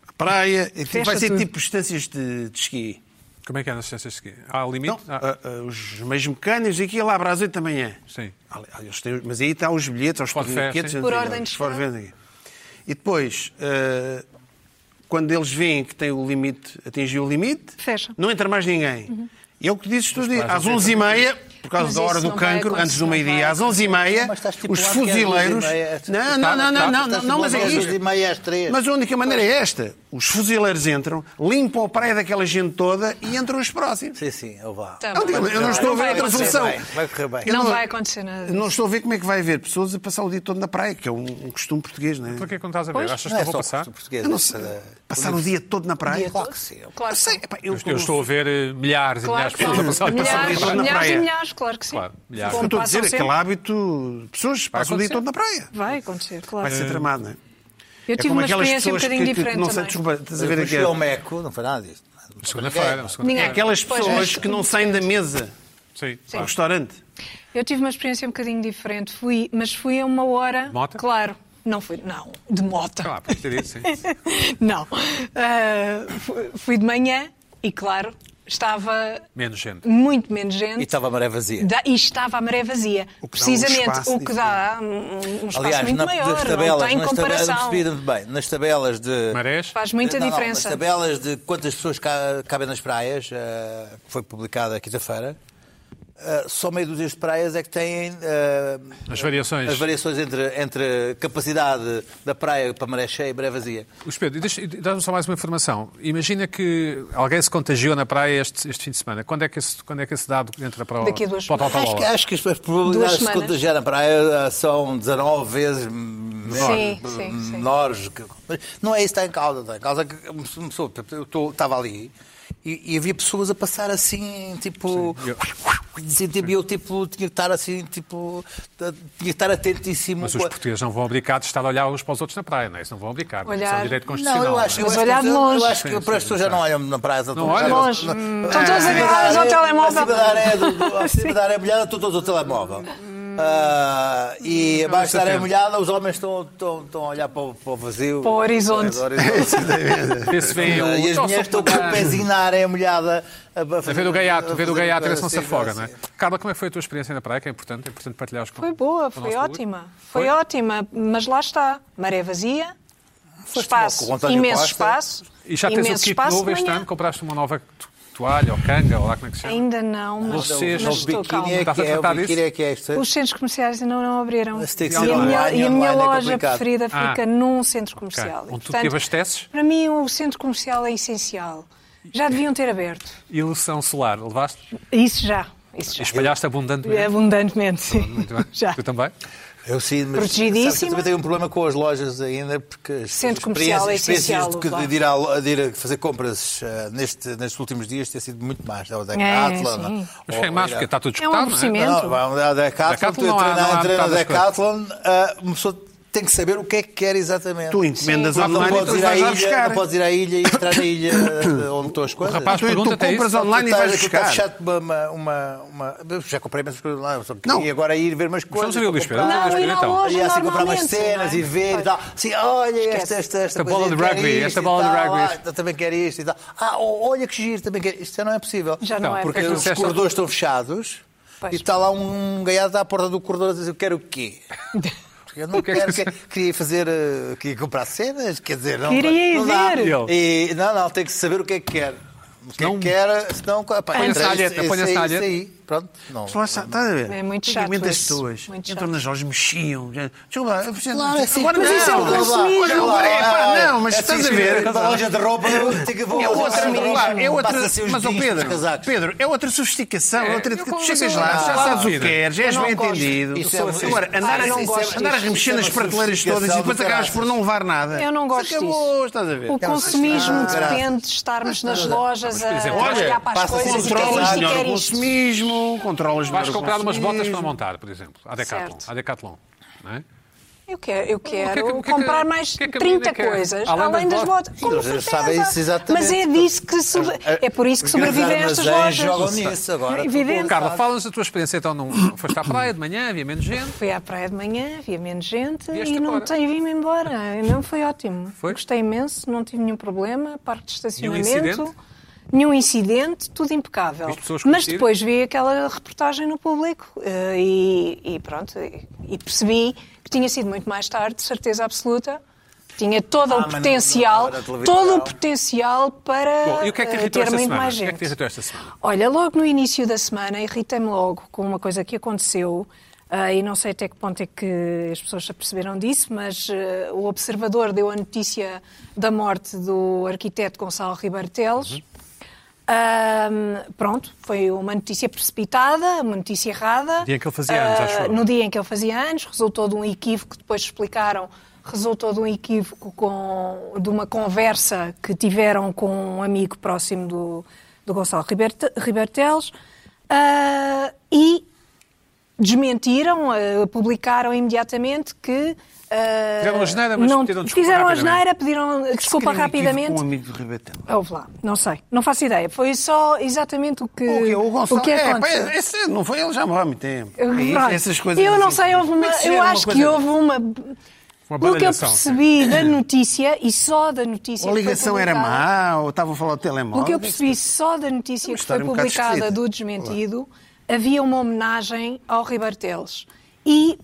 [SPEAKER 2] A praia é que
[SPEAKER 3] Fecha
[SPEAKER 2] vai ser
[SPEAKER 3] tudo.
[SPEAKER 2] tipo distâncias de, de esqui.
[SPEAKER 1] Como é que é nas distâncias de ski? Há limite?
[SPEAKER 2] Não,
[SPEAKER 1] Ah,
[SPEAKER 2] a- a- os meios mecânicos e aqui lá é. para as 8 da manhã.
[SPEAKER 1] Sim.
[SPEAKER 2] Ali- ali eles têm- mas aí está os bilhetes, aos
[SPEAKER 1] Fora de
[SPEAKER 2] bilhetes.
[SPEAKER 1] fé, sim.
[SPEAKER 3] Por ordem de
[SPEAKER 2] fora
[SPEAKER 3] chegada.
[SPEAKER 2] venda. E depois, eh, quando eles veem que tem o limite, atingiu o limite,
[SPEAKER 3] Fecham.
[SPEAKER 2] não entra mais ninguém. E é o que dizes tu,
[SPEAKER 1] pais
[SPEAKER 2] às
[SPEAKER 1] não
[SPEAKER 2] 11h30, por causa
[SPEAKER 3] Mas
[SPEAKER 2] da hora
[SPEAKER 3] isso
[SPEAKER 2] do
[SPEAKER 3] não vai
[SPEAKER 2] cancro, antes do
[SPEAKER 3] acontecer, não
[SPEAKER 2] meio-dia,
[SPEAKER 3] vai
[SPEAKER 2] às 11h30,
[SPEAKER 4] Mas está estipulado
[SPEAKER 2] os
[SPEAKER 4] que é às 11h30,
[SPEAKER 2] fuzileiros.
[SPEAKER 4] é-
[SPEAKER 2] Não, não, não,
[SPEAKER 1] Tá,
[SPEAKER 2] não,
[SPEAKER 1] tá,
[SPEAKER 4] tipo
[SPEAKER 2] não,
[SPEAKER 1] tá
[SPEAKER 2] não, mas é
[SPEAKER 4] estipulado às
[SPEAKER 2] isto.
[SPEAKER 4] 11h30, às três.
[SPEAKER 2] Mas a única maneira é esta. Os fuzileiros entram, limpam a praia daquela gente toda e entram os próximos.
[SPEAKER 4] Sim, sim, eu vá.
[SPEAKER 3] Tá
[SPEAKER 2] Não,
[SPEAKER 3] bem.
[SPEAKER 2] digo, eu não estou a ver
[SPEAKER 3] vai
[SPEAKER 2] outra
[SPEAKER 3] acontecer.
[SPEAKER 2] solução.
[SPEAKER 4] Vai, vai correr bem.
[SPEAKER 2] Eu
[SPEAKER 3] Não
[SPEAKER 2] não-
[SPEAKER 3] vai acontecer nada.
[SPEAKER 2] Não estou a ver como é que vai haver pessoas a passar o dia todo na praia, que é um, um costume português, não é?
[SPEAKER 1] Porquê que não estás a ver? Achas
[SPEAKER 4] Não
[SPEAKER 1] que
[SPEAKER 4] é
[SPEAKER 1] eu vou
[SPEAKER 4] só
[SPEAKER 1] passar?
[SPEAKER 4] português,
[SPEAKER 2] Eu não
[SPEAKER 4] é
[SPEAKER 2] sei.
[SPEAKER 4] para-
[SPEAKER 2] Passar o dia todo na praia?
[SPEAKER 4] Claro que sim.
[SPEAKER 3] Claro
[SPEAKER 2] Eu
[SPEAKER 3] que
[SPEAKER 2] sei.
[SPEAKER 3] sim.
[SPEAKER 2] Epá, eu,
[SPEAKER 1] Eu, eu estou a ver eh, milhares e
[SPEAKER 3] Claro
[SPEAKER 1] milhares
[SPEAKER 3] que
[SPEAKER 1] de pessoas a passar
[SPEAKER 3] sim.
[SPEAKER 1] a passar o dia
[SPEAKER 3] Milhares,
[SPEAKER 2] todo na
[SPEAKER 3] milhares e
[SPEAKER 2] praia.
[SPEAKER 3] milhares, claro que sim.
[SPEAKER 1] Claro, milhares.
[SPEAKER 3] Como
[SPEAKER 2] eu estou a
[SPEAKER 3] passam
[SPEAKER 2] dizer, é aquele
[SPEAKER 3] sempre.
[SPEAKER 2] hábito. Pessoas passam o dia
[SPEAKER 1] acontecer.
[SPEAKER 2] todo na praia.
[SPEAKER 3] Vai acontecer,
[SPEAKER 2] Vai
[SPEAKER 3] claro.
[SPEAKER 2] ser tramado, não é?
[SPEAKER 3] Eh, Eu
[SPEAKER 2] É
[SPEAKER 3] tive
[SPEAKER 2] como
[SPEAKER 3] uma
[SPEAKER 2] aquelas
[SPEAKER 3] experiência um
[SPEAKER 2] pessoas
[SPEAKER 3] bocadinho
[SPEAKER 2] que- que- que
[SPEAKER 3] diferente
[SPEAKER 2] Não sei,
[SPEAKER 3] também.
[SPEAKER 2] desculpa, estás a ver
[SPEAKER 4] Depois fui ao
[SPEAKER 2] aqui. É
[SPEAKER 4] Meco, não foi nada disto.
[SPEAKER 1] Segunda-feira.
[SPEAKER 3] Ninguém-
[SPEAKER 1] Segunda
[SPEAKER 2] Aquelas
[SPEAKER 3] Pois, é.
[SPEAKER 2] pessoas
[SPEAKER 3] mas-
[SPEAKER 2] que não saem da mesa
[SPEAKER 1] Sim,
[SPEAKER 2] do
[SPEAKER 1] claro.
[SPEAKER 2] restaurante.
[SPEAKER 3] Eu tive uma experiência um bocadinho diferente, fui, mas fui a uma hora.
[SPEAKER 1] Mota?
[SPEAKER 3] Claro. Não fui, não, de mota.
[SPEAKER 1] Claro, Ah, pode ter dito, sim.
[SPEAKER 3] *laughs* não. Ah, fu- fui de manhã e, claro, estava
[SPEAKER 1] Menos gente.
[SPEAKER 3] muito menos
[SPEAKER 4] E
[SPEAKER 3] gente.
[SPEAKER 4] estava a maré vazia.
[SPEAKER 3] Da- e estava a maré vazia.
[SPEAKER 2] O que dá um
[SPEAKER 3] Precisamente,
[SPEAKER 2] espaço
[SPEAKER 3] o que dá um, um espaço
[SPEAKER 4] Aliás,
[SPEAKER 3] muito
[SPEAKER 4] na,
[SPEAKER 3] maior.
[SPEAKER 4] das tabelas,
[SPEAKER 3] não tem
[SPEAKER 4] nas tabelas, não
[SPEAKER 3] comparação.
[SPEAKER 4] percebi muito bem, nas tabelas de.
[SPEAKER 1] Marés?
[SPEAKER 3] Faz muita
[SPEAKER 4] Não, não,
[SPEAKER 3] diferença.
[SPEAKER 4] nas tabelas de quantas pessoas ca- cabem nas praias, eh, que foi publicada quinta-feira, ah, só meio dúzia de praias é que têm ah,
[SPEAKER 1] As variações.
[SPEAKER 4] as variações entre, entre capacidade da praia para maré cheia e maré vazia.
[SPEAKER 1] Luís Pedro, e deixa- e dá-me só mais uma informação. Imagina que alguém se contagiou na praia este, este fim de semana. Quando é que esse, quando é que esse dado entra para o,
[SPEAKER 3] Daqui a duas
[SPEAKER 1] para o
[SPEAKER 3] semanas. é-
[SPEAKER 4] Acho
[SPEAKER 1] Totolola?
[SPEAKER 4] que, acho que as as probabilidades de se
[SPEAKER 3] semanas.
[SPEAKER 4] contagiar na praia ah, são 19 vezes menores.
[SPEAKER 3] Sim, sim, sim.
[SPEAKER 4] menores que- mas Não é isso que está em causa. Está em causa que uma pessoa- eu estou- estava ali e, e havia pessoas a passar assim, tipo.
[SPEAKER 1] Sim, eu-
[SPEAKER 4] assim, tipo, E eu tipo, tinha que estar assim, tipo. Tinha que estar atentíssimo.
[SPEAKER 1] Mas os
[SPEAKER 4] com a-
[SPEAKER 1] portugueses não vão abdicar de estar a olhar uns para os outros na praia, não é? Isso não vão abdicar. Isso é um
[SPEAKER 3] Olhar.
[SPEAKER 1] direito constitucional.
[SPEAKER 4] não, eu acho,
[SPEAKER 1] não
[SPEAKER 4] eu
[SPEAKER 1] é?
[SPEAKER 3] Mas
[SPEAKER 4] acho
[SPEAKER 3] olhar de
[SPEAKER 4] que,
[SPEAKER 3] longe.
[SPEAKER 4] Eu acho
[SPEAKER 1] Sim,
[SPEAKER 4] que para as
[SPEAKER 1] sim,
[SPEAKER 4] pessoas
[SPEAKER 1] sim.
[SPEAKER 4] já não olham na praia. já estão-
[SPEAKER 1] Não olham? Hum. De
[SPEAKER 3] longe. Estão todas agarradas ao telemóvel.
[SPEAKER 4] Acima da areia, do- acima da areia molhada, estão todos ao telemóvel. Ah,
[SPEAKER 1] Hum,
[SPEAKER 4] e abaixo da areia
[SPEAKER 1] atento.
[SPEAKER 4] molhada, os homens estão, estão, estão a olhar para o, para o vazio.
[SPEAKER 3] Para o horizonte.
[SPEAKER 4] Para
[SPEAKER 1] *laughs*
[SPEAKER 4] o horizonte.
[SPEAKER 1] Vê se vem um-
[SPEAKER 4] Ah,
[SPEAKER 1] o-
[SPEAKER 4] e as
[SPEAKER 1] Nossa,
[SPEAKER 4] mulheres estão com o
[SPEAKER 1] cara.
[SPEAKER 4] pezinho na areia molhada. A, assim,
[SPEAKER 1] A ver o gaiato, a ver o gaiato, a ver se não se afoga, não é? Carla, como é que foi a tua experiência na praia? Que é importante, é importante partilhares com
[SPEAKER 3] Foi boa,
[SPEAKER 1] com o
[SPEAKER 3] foi
[SPEAKER 1] nosso público.
[SPEAKER 3] ótima. Foi,
[SPEAKER 1] Foi?
[SPEAKER 3] ótima, mas lá está. Maré vazia,
[SPEAKER 4] com o
[SPEAKER 3] espaço,
[SPEAKER 4] António
[SPEAKER 3] imenso
[SPEAKER 4] Costa.
[SPEAKER 3] espaço.
[SPEAKER 1] E já tens
[SPEAKER 3] imenso
[SPEAKER 1] o kit
[SPEAKER 3] espaço
[SPEAKER 1] novo
[SPEAKER 3] de
[SPEAKER 1] este
[SPEAKER 3] manhã.
[SPEAKER 1] ano? Compraste uma nova to- toalha ou canga, ou lá como é que se chama?
[SPEAKER 3] Ainda não, mas,
[SPEAKER 1] Vocês,
[SPEAKER 3] mas
[SPEAKER 1] o
[SPEAKER 3] estou calma.
[SPEAKER 4] Biquíni é
[SPEAKER 1] Estás a
[SPEAKER 4] que é,
[SPEAKER 1] tratar
[SPEAKER 4] o biquíni
[SPEAKER 1] disso?
[SPEAKER 4] é que é esta.
[SPEAKER 3] Os centros comerciais ainda não abriram.
[SPEAKER 4] Mas tem que
[SPEAKER 3] e, a
[SPEAKER 4] ser
[SPEAKER 3] minha,
[SPEAKER 4] online,
[SPEAKER 3] e a minha
[SPEAKER 4] online é
[SPEAKER 3] loja
[SPEAKER 4] complicado.
[SPEAKER 3] preferida fica
[SPEAKER 1] Ah.
[SPEAKER 3] num centro
[SPEAKER 1] Ok.
[SPEAKER 3] comercial.
[SPEAKER 1] Onde
[SPEAKER 3] E,
[SPEAKER 1] tu te
[SPEAKER 3] portanto,
[SPEAKER 1] abasteces?
[SPEAKER 3] Para mim, o centro comercial é essencial. Já deviam ter aberto.
[SPEAKER 1] Ilusão solar, levaste?
[SPEAKER 3] Isso já. Isso já.
[SPEAKER 1] Espalhaste abundantemente.
[SPEAKER 3] Abundantemente, sim.
[SPEAKER 1] é? Muito bem.
[SPEAKER 3] Já.
[SPEAKER 1] Tu também?
[SPEAKER 4] Eu sim, mas
[SPEAKER 3] Protegidíssima.
[SPEAKER 4] sabes que eu também tenho um problema com as lojas ainda, porque as
[SPEAKER 3] Centro
[SPEAKER 4] experiências-
[SPEAKER 3] comercial é
[SPEAKER 4] experiências
[SPEAKER 3] essencial,
[SPEAKER 4] de, que-
[SPEAKER 3] claro.
[SPEAKER 4] de ir à lo- de ir a fazer compras eh, neste, nestes últimos dias tem sido muito mais. Ou da
[SPEAKER 3] É, sim.
[SPEAKER 4] Decathlon.
[SPEAKER 1] Mas
[SPEAKER 5] Oh,
[SPEAKER 1] quem mais? Porque está tudo
[SPEAKER 3] É um
[SPEAKER 1] escutado, não é?
[SPEAKER 3] aborrecimento.
[SPEAKER 4] Não, vamos à Decathlon,
[SPEAKER 1] Decathlon
[SPEAKER 4] tu
[SPEAKER 1] não há-
[SPEAKER 4] entrei
[SPEAKER 1] não há
[SPEAKER 4] na- entrei na
[SPEAKER 1] metade das
[SPEAKER 4] Decathlon, ah, uma pessoa tem que saber o que é que quer exatamente.
[SPEAKER 2] Tu encomendas
[SPEAKER 1] Sim.
[SPEAKER 4] não
[SPEAKER 2] online e
[SPEAKER 4] podes,
[SPEAKER 2] depois
[SPEAKER 4] ir à
[SPEAKER 2] vais lá
[SPEAKER 4] ilha,
[SPEAKER 2] buscar.
[SPEAKER 4] não podes ir à ilha e entrar na ilha eh, onde estão as coisas.
[SPEAKER 1] rapaz
[SPEAKER 2] Tu, tu
[SPEAKER 1] Pergunta-te é
[SPEAKER 2] compras
[SPEAKER 1] isso.
[SPEAKER 2] online e
[SPEAKER 4] Tá,
[SPEAKER 2] vais
[SPEAKER 3] um
[SPEAKER 4] eu tô
[SPEAKER 2] buscar.
[SPEAKER 4] fechado uma, uma, uma, uma- eu Já comprei mesmo coisas lá. eu Só
[SPEAKER 2] Não.
[SPEAKER 4] queria agora ir ver umas coisas.
[SPEAKER 1] Vamos ouvir o Luís Pedro.
[SPEAKER 3] Não,
[SPEAKER 1] Vamos ver,
[SPEAKER 3] ir à
[SPEAKER 1] então.
[SPEAKER 3] loja.
[SPEAKER 4] E assim comprar umas
[SPEAKER 3] normalmente,
[SPEAKER 4] cenas
[SPEAKER 3] não é?
[SPEAKER 4] e ver e
[SPEAKER 3] Pois.
[SPEAKER 4] tal. Sim, olha esta, esta, esta,
[SPEAKER 1] Esta bola
[SPEAKER 4] coisa,
[SPEAKER 1] de
[SPEAKER 4] eu
[SPEAKER 1] rugby,
[SPEAKER 4] quero isto
[SPEAKER 1] esta
[SPEAKER 4] e
[SPEAKER 1] bola de
[SPEAKER 4] tal.
[SPEAKER 1] rugby.
[SPEAKER 4] Ah, eu também quero isto e tal. Ah, oh, olha que giro, também quero. Isto já não é possível.
[SPEAKER 3] Já não,
[SPEAKER 1] Não,
[SPEAKER 3] é.
[SPEAKER 1] porque
[SPEAKER 4] Porque
[SPEAKER 1] tu
[SPEAKER 4] os
[SPEAKER 1] disseste-
[SPEAKER 4] corredores estão fechados
[SPEAKER 3] Pois.
[SPEAKER 4] e está lá um gaiado à porta do corredor a dizer: Eu quero o
[SPEAKER 3] *laughs*
[SPEAKER 4] quê? Eu não
[SPEAKER 1] que é que
[SPEAKER 4] quero,
[SPEAKER 1] você-
[SPEAKER 4] que- queria fazer, eh, queria comprar cenas, quer dizer, não.
[SPEAKER 3] Queria ir
[SPEAKER 4] não dá.
[SPEAKER 3] ver.
[SPEAKER 4] E, não, não, tem que saber o que é que quer. O que é
[SPEAKER 1] Não-
[SPEAKER 4] que quer, senão. Pá,
[SPEAKER 1] Põe
[SPEAKER 4] entra
[SPEAKER 1] a salha,
[SPEAKER 4] isso-
[SPEAKER 1] põe a
[SPEAKER 4] isso aí,
[SPEAKER 1] salha.
[SPEAKER 4] isso aí. Pronto, não.
[SPEAKER 2] Mas lá está, estás a ver?
[SPEAKER 3] É muito chato
[SPEAKER 2] Antigamente as
[SPEAKER 3] isso.
[SPEAKER 2] pessoas
[SPEAKER 3] Muito
[SPEAKER 2] entram
[SPEAKER 3] chato.
[SPEAKER 2] nas lojas, mexiam. já- Desculpa, eu preciso.
[SPEAKER 4] Claro, é assim.
[SPEAKER 2] Agora
[SPEAKER 3] Mas
[SPEAKER 2] não.
[SPEAKER 3] isso é um
[SPEAKER 4] Olha lá,
[SPEAKER 3] consumismo.
[SPEAKER 4] olha lá,
[SPEAKER 2] Agora é, pá,
[SPEAKER 4] olha,
[SPEAKER 2] não, mas
[SPEAKER 4] é
[SPEAKER 2] estás a
[SPEAKER 4] assim,
[SPEAKER 2] ver?
[SPEAKER 4] Uma loja de roupa, eu tenho que vou
[SPEAKER 2] É outra,
[SPEAKER 4] passar
[SPEAKER 3] consumismo.
[SPEAKER 2] claro, é outra,
[SPEAKER 4] Passa assim uns
[SPEAKER 2] mas o
[SPEAKER 4] dias
[SPEAKER 2] Pedro,
[SPEAKER 4] nos casacos.
[SPEAKER 2] Pedro, é outra sofisticação, é, outra,
[SPEAKER 1] eu
[SPEAKER 2] tu
[SPEAKER 1] como-
[SPEAKER 2] chegas
[SPEAKER 1] eu
[SPEAKER 2] lá,
[SPEAKER 1] não-
[SPEAKER 2] já sabes o que
[SPEAKER 1] Pedro,
[SPEAKER 2] queres, já és
[SPEAKER 3] eu não
[SPEAKER 2] bem
[SPEAKER 3] gosto
[SPEAKER 2] entendido.
[SPEAKER 4] disso, eu sou
[SPEAKER 2] Agora,
[SPEAKER 4] assim.
[SPEAKER 2] andar,
[SPEAKER 4] Ah,
[SPEAKER 2] a-
[SPEAKER 4] eu não gosto
[SPEAKER 2] andar a
[SPEAKER 4] disso,
[SPEAKER 2] remexer
[SPEAKER 4] isso é
[SPEAKER 2] nas
[SPEAKER 4] uma
[SPEAKER 2] prateleiras
[SPEAKER 4] sofisticação
[SPEAKER 2] todas e depois
[SPEAKER 4] do
[SPEAKER 2] acabas
[SPEAKER 4] caraças.
[SPEAKER 2] por não levar nada.
[SPEAKER 3] Eu não gosto
[SPEAKER 2] Acabou,
[SPEAKER 3] disso.
[SPEAKER 2] estás a ver? Então,
[SPEAKER 3] O consumismo
[SPEAKER 4] Ah,
[SPEAKER 3] depende de estarmos nas lojas a
[SPEAKER 1] exemplo,
[SPEAKER 3] a olhar para as
[SPEAKER 4] passa-se
[SPEAKER 3] coisas e
[SPEAKER 4] controles,
[SPEAKER 3] quer isto e
[SPEAKER 4] melhor
[SPEAKER 3] quer
[SPEAKER 2] o
[SPEAKER 3] isto.
[SPEAKER 2] consumismo, controlas
[SPEAKER 1] Vais
[SPEAKER 2] melhor o
[SPEAKER 1] comprar umas botas para
[SPEAKER 2] consumismo.
[SPEAKER 1] montar, por exemplo, à Decathlon.
[SPEAKER 3] Certo.
[SPEAKER 1] À Decathlon. Não é?
[SPEAKER 3] Eu quero, eu
[SPEAKER 1] é que-
[SPEAKER 3] quero
[SPEAKER 1] o que é que-
[SPEAKER 3] comprar
[SPEAKER 1] o
[SPEAKER 3] mais
[SPEAKER 1] que é que a
[SPEAKER 3] 30
[SPEAKER 1] menina quer?
[SPEAKER 3] coisas
[SPEAKER 1] Além
[SPEAKER 3] além,
[SPEAKER 1] das
[SPEAKER 3] das
[SPEAKER 1] botas.
[SPEAKER 3] botas. Com
[SPEAKER 4] Eles já
[SPEAKER 3] certeza.
[SPEAKER 4] sabem isso exatamente.
[SPEAKER 3] Mas é disso que sobre- é por isso que
[SPEAKER 4] Os grandes
[SPEAKER 3] sobrevivem estas
[SPEAKER 4] armazéns
[SPEAKER 3] lojas.
[SPEAKER 4] jogam nisso agora.
[SPEAKER 3] É evidente.
[SPEAKER 1] Bom, Carla, fala-nos da tua experiência. Então, não foste à praia de manhã, havia menos gente.
[SPEAKER 3] Fui à praia de manhã, havia menos gente
[SPEAKER 1] Vieste
[SPEAKER 3] e não
[SPEAKER 1] embora.
[SPEAKER 3] tenho vim-me embora. E Não foi ótimo.
[SPEAKER 1] Foi?
[SPEAKER 3] Gostei imenso, não tive nenhum problema, parque de estacionamento.
[SPEAKER 1] incidente?
[SPEAKER 3] nenhum incidente, tudo impecável.
[SPEAKER 1] Viste pessoas
[SPEAKER 3] Mas
[SPEAKER 1] curtir?
[SPEAKER 3] depois vi aquela reportagem no público eh, e, e pronto, e, e percebi que tinha sido muito mais tarde, de certeza absoluta. Tinha todo
[SPEAKER 4] Ah,
[SPEAKER 3] o
[SPEAKER 4] mas não-
[SPEAKER 3] potencial,
[SPEAKER 4] não era televisão.
[SPEAKER 3] todo o potencial para
[SPEAKER 1] Bom, e o que é que te
[SPEAKER 3] eh,
[SPEAKER 1] irritou
[SPEAKER 3] ter
[SPEAKER 1] esta
[SPEAKER 3] muito
[SPEAKER 1] semana? O
[SPEAKER 3] mais
[SPEAKER 1] que
[SPEAKER 3] gente.
[SPEAKER 1] é que te irritou esta semana?
[SPEAKER 3] Olha, logo no início da semana irritei-me logo com uma coisa que aconteceu ah, e não sei até que ponto é que as pessoas se aperceberam disso, mas ah, o Observador deu a notícia da morte do arquiteto Gonçalo Ribeiro Teles.
[SPEAKER 1] Uhum.
[SPEAKER 3] Ahm, pronto, foi uma notícia precipitada, uma notícia errada. No
[SPEAKER 1] dia em é que ele fazia anos, acho eu.
[SPEAKER 3] No dia em que ele fazia anos, resultou de um equívoco, depois explicaram, resultou de um equívoco com, de uma conversa que tiveram com um amigo próximo do, do Gonçalo Ribeiro Te- Ribeiro Teles Ah, e desmentiram, eh, publicaram imediatamente que. eh,
[SPEAKER 1] Fizeram a geneira, mas
[SPEAKER 3] não-
[SPEAKER 1] pediram desculpa
[SPEAKER 3] Fizeram a
[SPEAKER 1] rapidamente.
[SPEAKER 3] geneira, pediram eh, desculpa rapidamente.
[SPEAKER 2] Um amigo do Ribetel.
[SPEAKER 3] Ouve lá, não sei, não faço ideia. Foi só exatamente o que,
[SPEAKER 2] O que, o Gonçalo,
[SPEAKER 3] que
[SPEAKER 2] é, pá,
[SPEAKER 3] aconteceu.
[SPEAKER 2] esse não foi ele já morreu há muito tempo.
[SPEAKER 3] Eu-
[SPEAKER 2] É isso,
[SPEAKER 3] pronto.
[SPEAKER 2] essas coisas
[SPEAKER 3] eu não
[SPEAKER 2] assim.
[SPEAKER 3] sei, houve
[SPEAKER 2] Como
[SPEAKER 3] uma,
[SPEAKER 2] é que se
[SPEAKER 3] eu
[SPEAKER 2] gera uma
[SPEAKER 3] acho
[SPEAKER 2] coisa
[SPEAKER 3] que
[SPEAKER 2] dessas?
[SPEAKER 3] houve uma. Pelo que eu
[SPEAKER 1] baralhação,
[SPEAKER 3] percebi da notícia e só da notícia.
[SPEAKER 2] Ou a
[SPEAKER 3] que foi
[SPEAKER 2] ligação era
[SPEAKER 3] publicada,
[SPEAKER 2] má, ou estava a falar o telemóvel.
[SPEAKER 3] Pelo que eu percebi só da notícia
[SPEAKER 2] Uma
[SPEAKER 3] que foi
[SPEAKER 2] história um bocado
[SPEAKER 3] publicada
[SPEAKER 2] esquisita.
[SPEAKER 3] do desmentido, havia uma homenagem ao Ribeiro Teles. E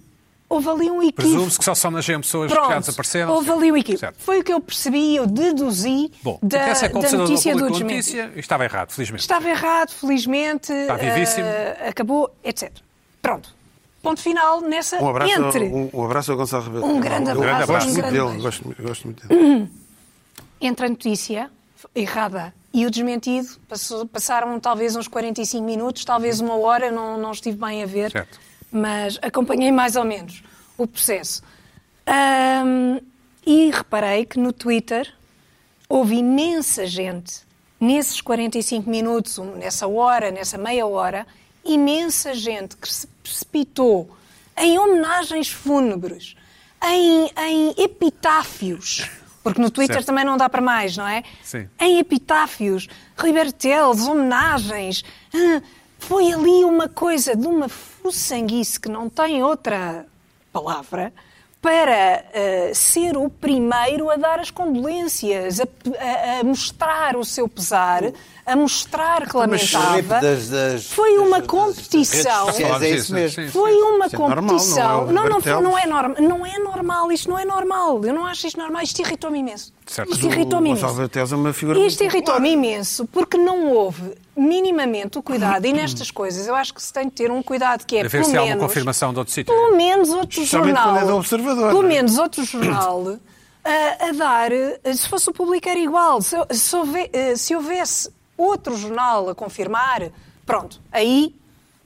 [SPEAKER 3] houve ali um equívoco.
[SPEAKER 1] Presume-se que só são nasciam pessoas que já desapareceram.
[SPEAKER 3] houve ali um equívoco.
[SPEAKER 1] Certo.
[SPEAKER 3] Foi o que eu percebi e eu deduzi
[SPEAKER 1] Bom, o que
[SPEAKER 3] da,
[SPEAKER 1] é que é
[SPEAKER 3] da
[SPEAKER 1] observador
[SPEAKER 3] notícia do
[SPEAKER 1] público com
[SPEAKER 3] desmentido.
[SPEAKER 1] notícia e estava errado, felizmente.
[SPEAKER 3] Estava errado, felizmente.
[SPEAKER 1] Está vivíssimo.
[SPEAKER 3] eh, acabou, etc. Pronto. Ponto final nessa
[SPEAKER 2] Um abraço,
[SPEAKER 3] entre.
[SPEAKER 2] um, um abraço ao Gonçalo Rebelo.
[SPEAKER 3] Um grande
[SPEAKER 2] Eu- eu
[SPEAKER 1] abraço,
[SPEAKER 2] Gosto
[SPEAKER 1] um
[SPEAKER 2] muito
[SPEAKER 3] grande
[SPEAKER 2] dele.
[SPEAKER 3] beijo.
[SPEAKER 2] Gosto, eu gosto muito dele.
[SPEAKER 3] entre a notícia errada e o desmentido, passou- passaram talvez uns 45 minutos, talvez uma hora, não, não estive bem a ver,
[SPEAKER 1] Certo.
[SPEAKER 3] mas acompanhei mais ou menos o processo. Ahm, e reparei que no Twitter houve imensa gente, nesses 45 minutos, um- nessa hora, nessa meia hora, imensa gente que se precipitou em homenagens fúnebres, em, em epitáfios, porque no Twitter
[SPEAKER 1] Certo.
[SPEAKER 3] também não dá para mais, não é?
[SPEAKER 1] Sim.
[SPEAKER 3] Em epitáfios, liberteles, homenagens. Ah, Foi ali uma coisa de uma fuçanguice que não tem outra palavra para ah, ser o primeiro a dar as condolências, a, pe- a- a mostrar o seu pesar, a mostrar que lamentava.
[SPEAKER 5] das- das-
[SPEAKER 3] Foi uma
[SPEAKER 5] redes
[SPEAKER 3] competição.
[SPEAKER 5] sociais.
[SPEAKER 1] Falámos
[SPEAKER 5] é isso
[SPEAKER 1] disso,
[SPEAKER 5] mesmo.
[SPEAKER 1] sim, sim.
[SPEAKER 3] Foi uma
[SPEAKER 2] Isso é normal,
[SPEAKER 3] competição.
[SPEAKER 2] não é o
[SPEAKER 3] não, não,
[SPEAKER 2] Bertel?
[SPEAKER 3] não, é norma, não é normal, isto não é normal. Eu não acho isto normal, isto irritou-me imenso.
[SPEAKER 1] Certo.
[SPEAKER 3] Isto
[SPEAKER 2] O
[SPEAKER 3] irritou-me imenso.
[SPEAKER 2] Gonçalo Bertel é uma figura
[SPEAKER 3] Isto
[SPEAKER 2] muito popular.
[SPEAKER 3] irritou-me imenso porque não houve minimamente o cuidado. E nestas coisas eu acho que se tem de ter um cuidado que é
[SPEAKER 1] A ver
[SPEAKER 3] pelo
[SPEAKER 1] se há
[SPEAKER 3] menos,
[SPEAKER 1] alguma confirmação de outro sítio.
[SPEAKER 3] Pelo menos outro
[SPEAKER 2] Especialmente
[SPEAKER 3] jornal.
[SPEAKER 2] quando é do Observador,
[SPEAKER 3] Pelo
[SPEAKER 2] não é?
[SPEAKER 3] menos outro jornal a, a dar. eh, Se fosse o público era igual. Se, se houve- eh, se houvesse outro jornal a confirmar, pronto, aí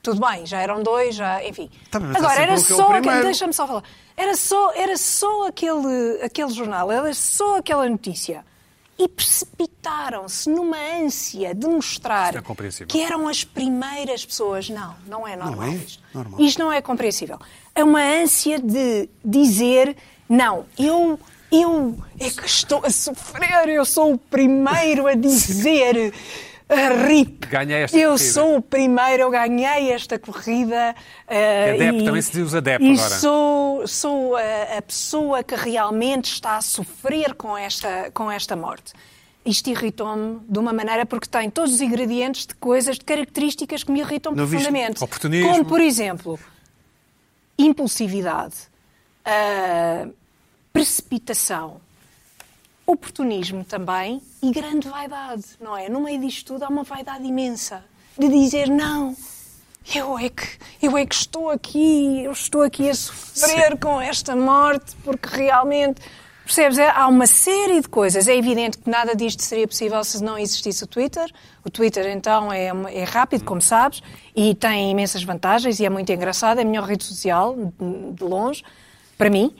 [SPEAKER 3] tudo bem, já eram dois, já, enfim.
[SPEAKER 2] Tá bem, mas há
[SPEAKER 3] Agora
[SPEAKER 2] sempre
[SPEAKER 3] era
[SPEAKER 2] um que é o
[SPEAKER 3] só aquele.
[SPEAKER 2] primeiro.
[SPEAKER 3] Deixa-me só falar. Era só, era só aquele, aquele jornal, era só aquela notícia. E precipitaram-se numa ânsia de mostrar
[SPEAKER 1] Isto é compreensível.
[SPEAKER 3] que eram as primeiras pessoas. Não, não é normal.
[SPEAKER 2] é
[SPEAKER 3] isto.
[SPEAKER 2] normal.
[SPEAKER 3] Isto não é compreensível. É uma ânsia de dizer não, eu eu é que estou a sofrer, eu sou o primeiro a dizer a RIP.
[SPEAKER 1] Ganhei esta
[SPEAKER 3] eu
[SPEAKER 1] corrida."
[SPEAKER 3] sou o primeiro, eu ganhei esta corrida. eh,
[SPEAKER 1] é Adepto, também se diz adepto
[SPEAKER 3] e
[SPEAKER 1] agora.
[SPEAKER 3] sou, sou a, a pessoa que realmente está a sofrer com esta, com esta morte. Isto irritou-me de uma maneira porque tem todos os ingredientes de coisas, de características que me irritam
[SPEAKER 2] Não viste
[SPEAKER 3] profundamente.
[SPEAKER 1] oportunismo?
[SPEAKER 3] Como, por exemplo, impulsividade, ah, precipitação, oportunismo também e grande vaidade, não é? No meio disto tudo há uma vaidade imensa de dizer não. Eu é, que, eu é que estou aqui, eu estou aqui a sofrer com esta morte, porque realmente, percebes? É, há uma série de coisas. É evidente que nada disto seria possível se não existisse o Twitter. O Twitter, então, é, uma- é rápido, como sabes, e tem imensas vantagens e é muito engraçado. É a melhor rede social, de- de longe, para mim.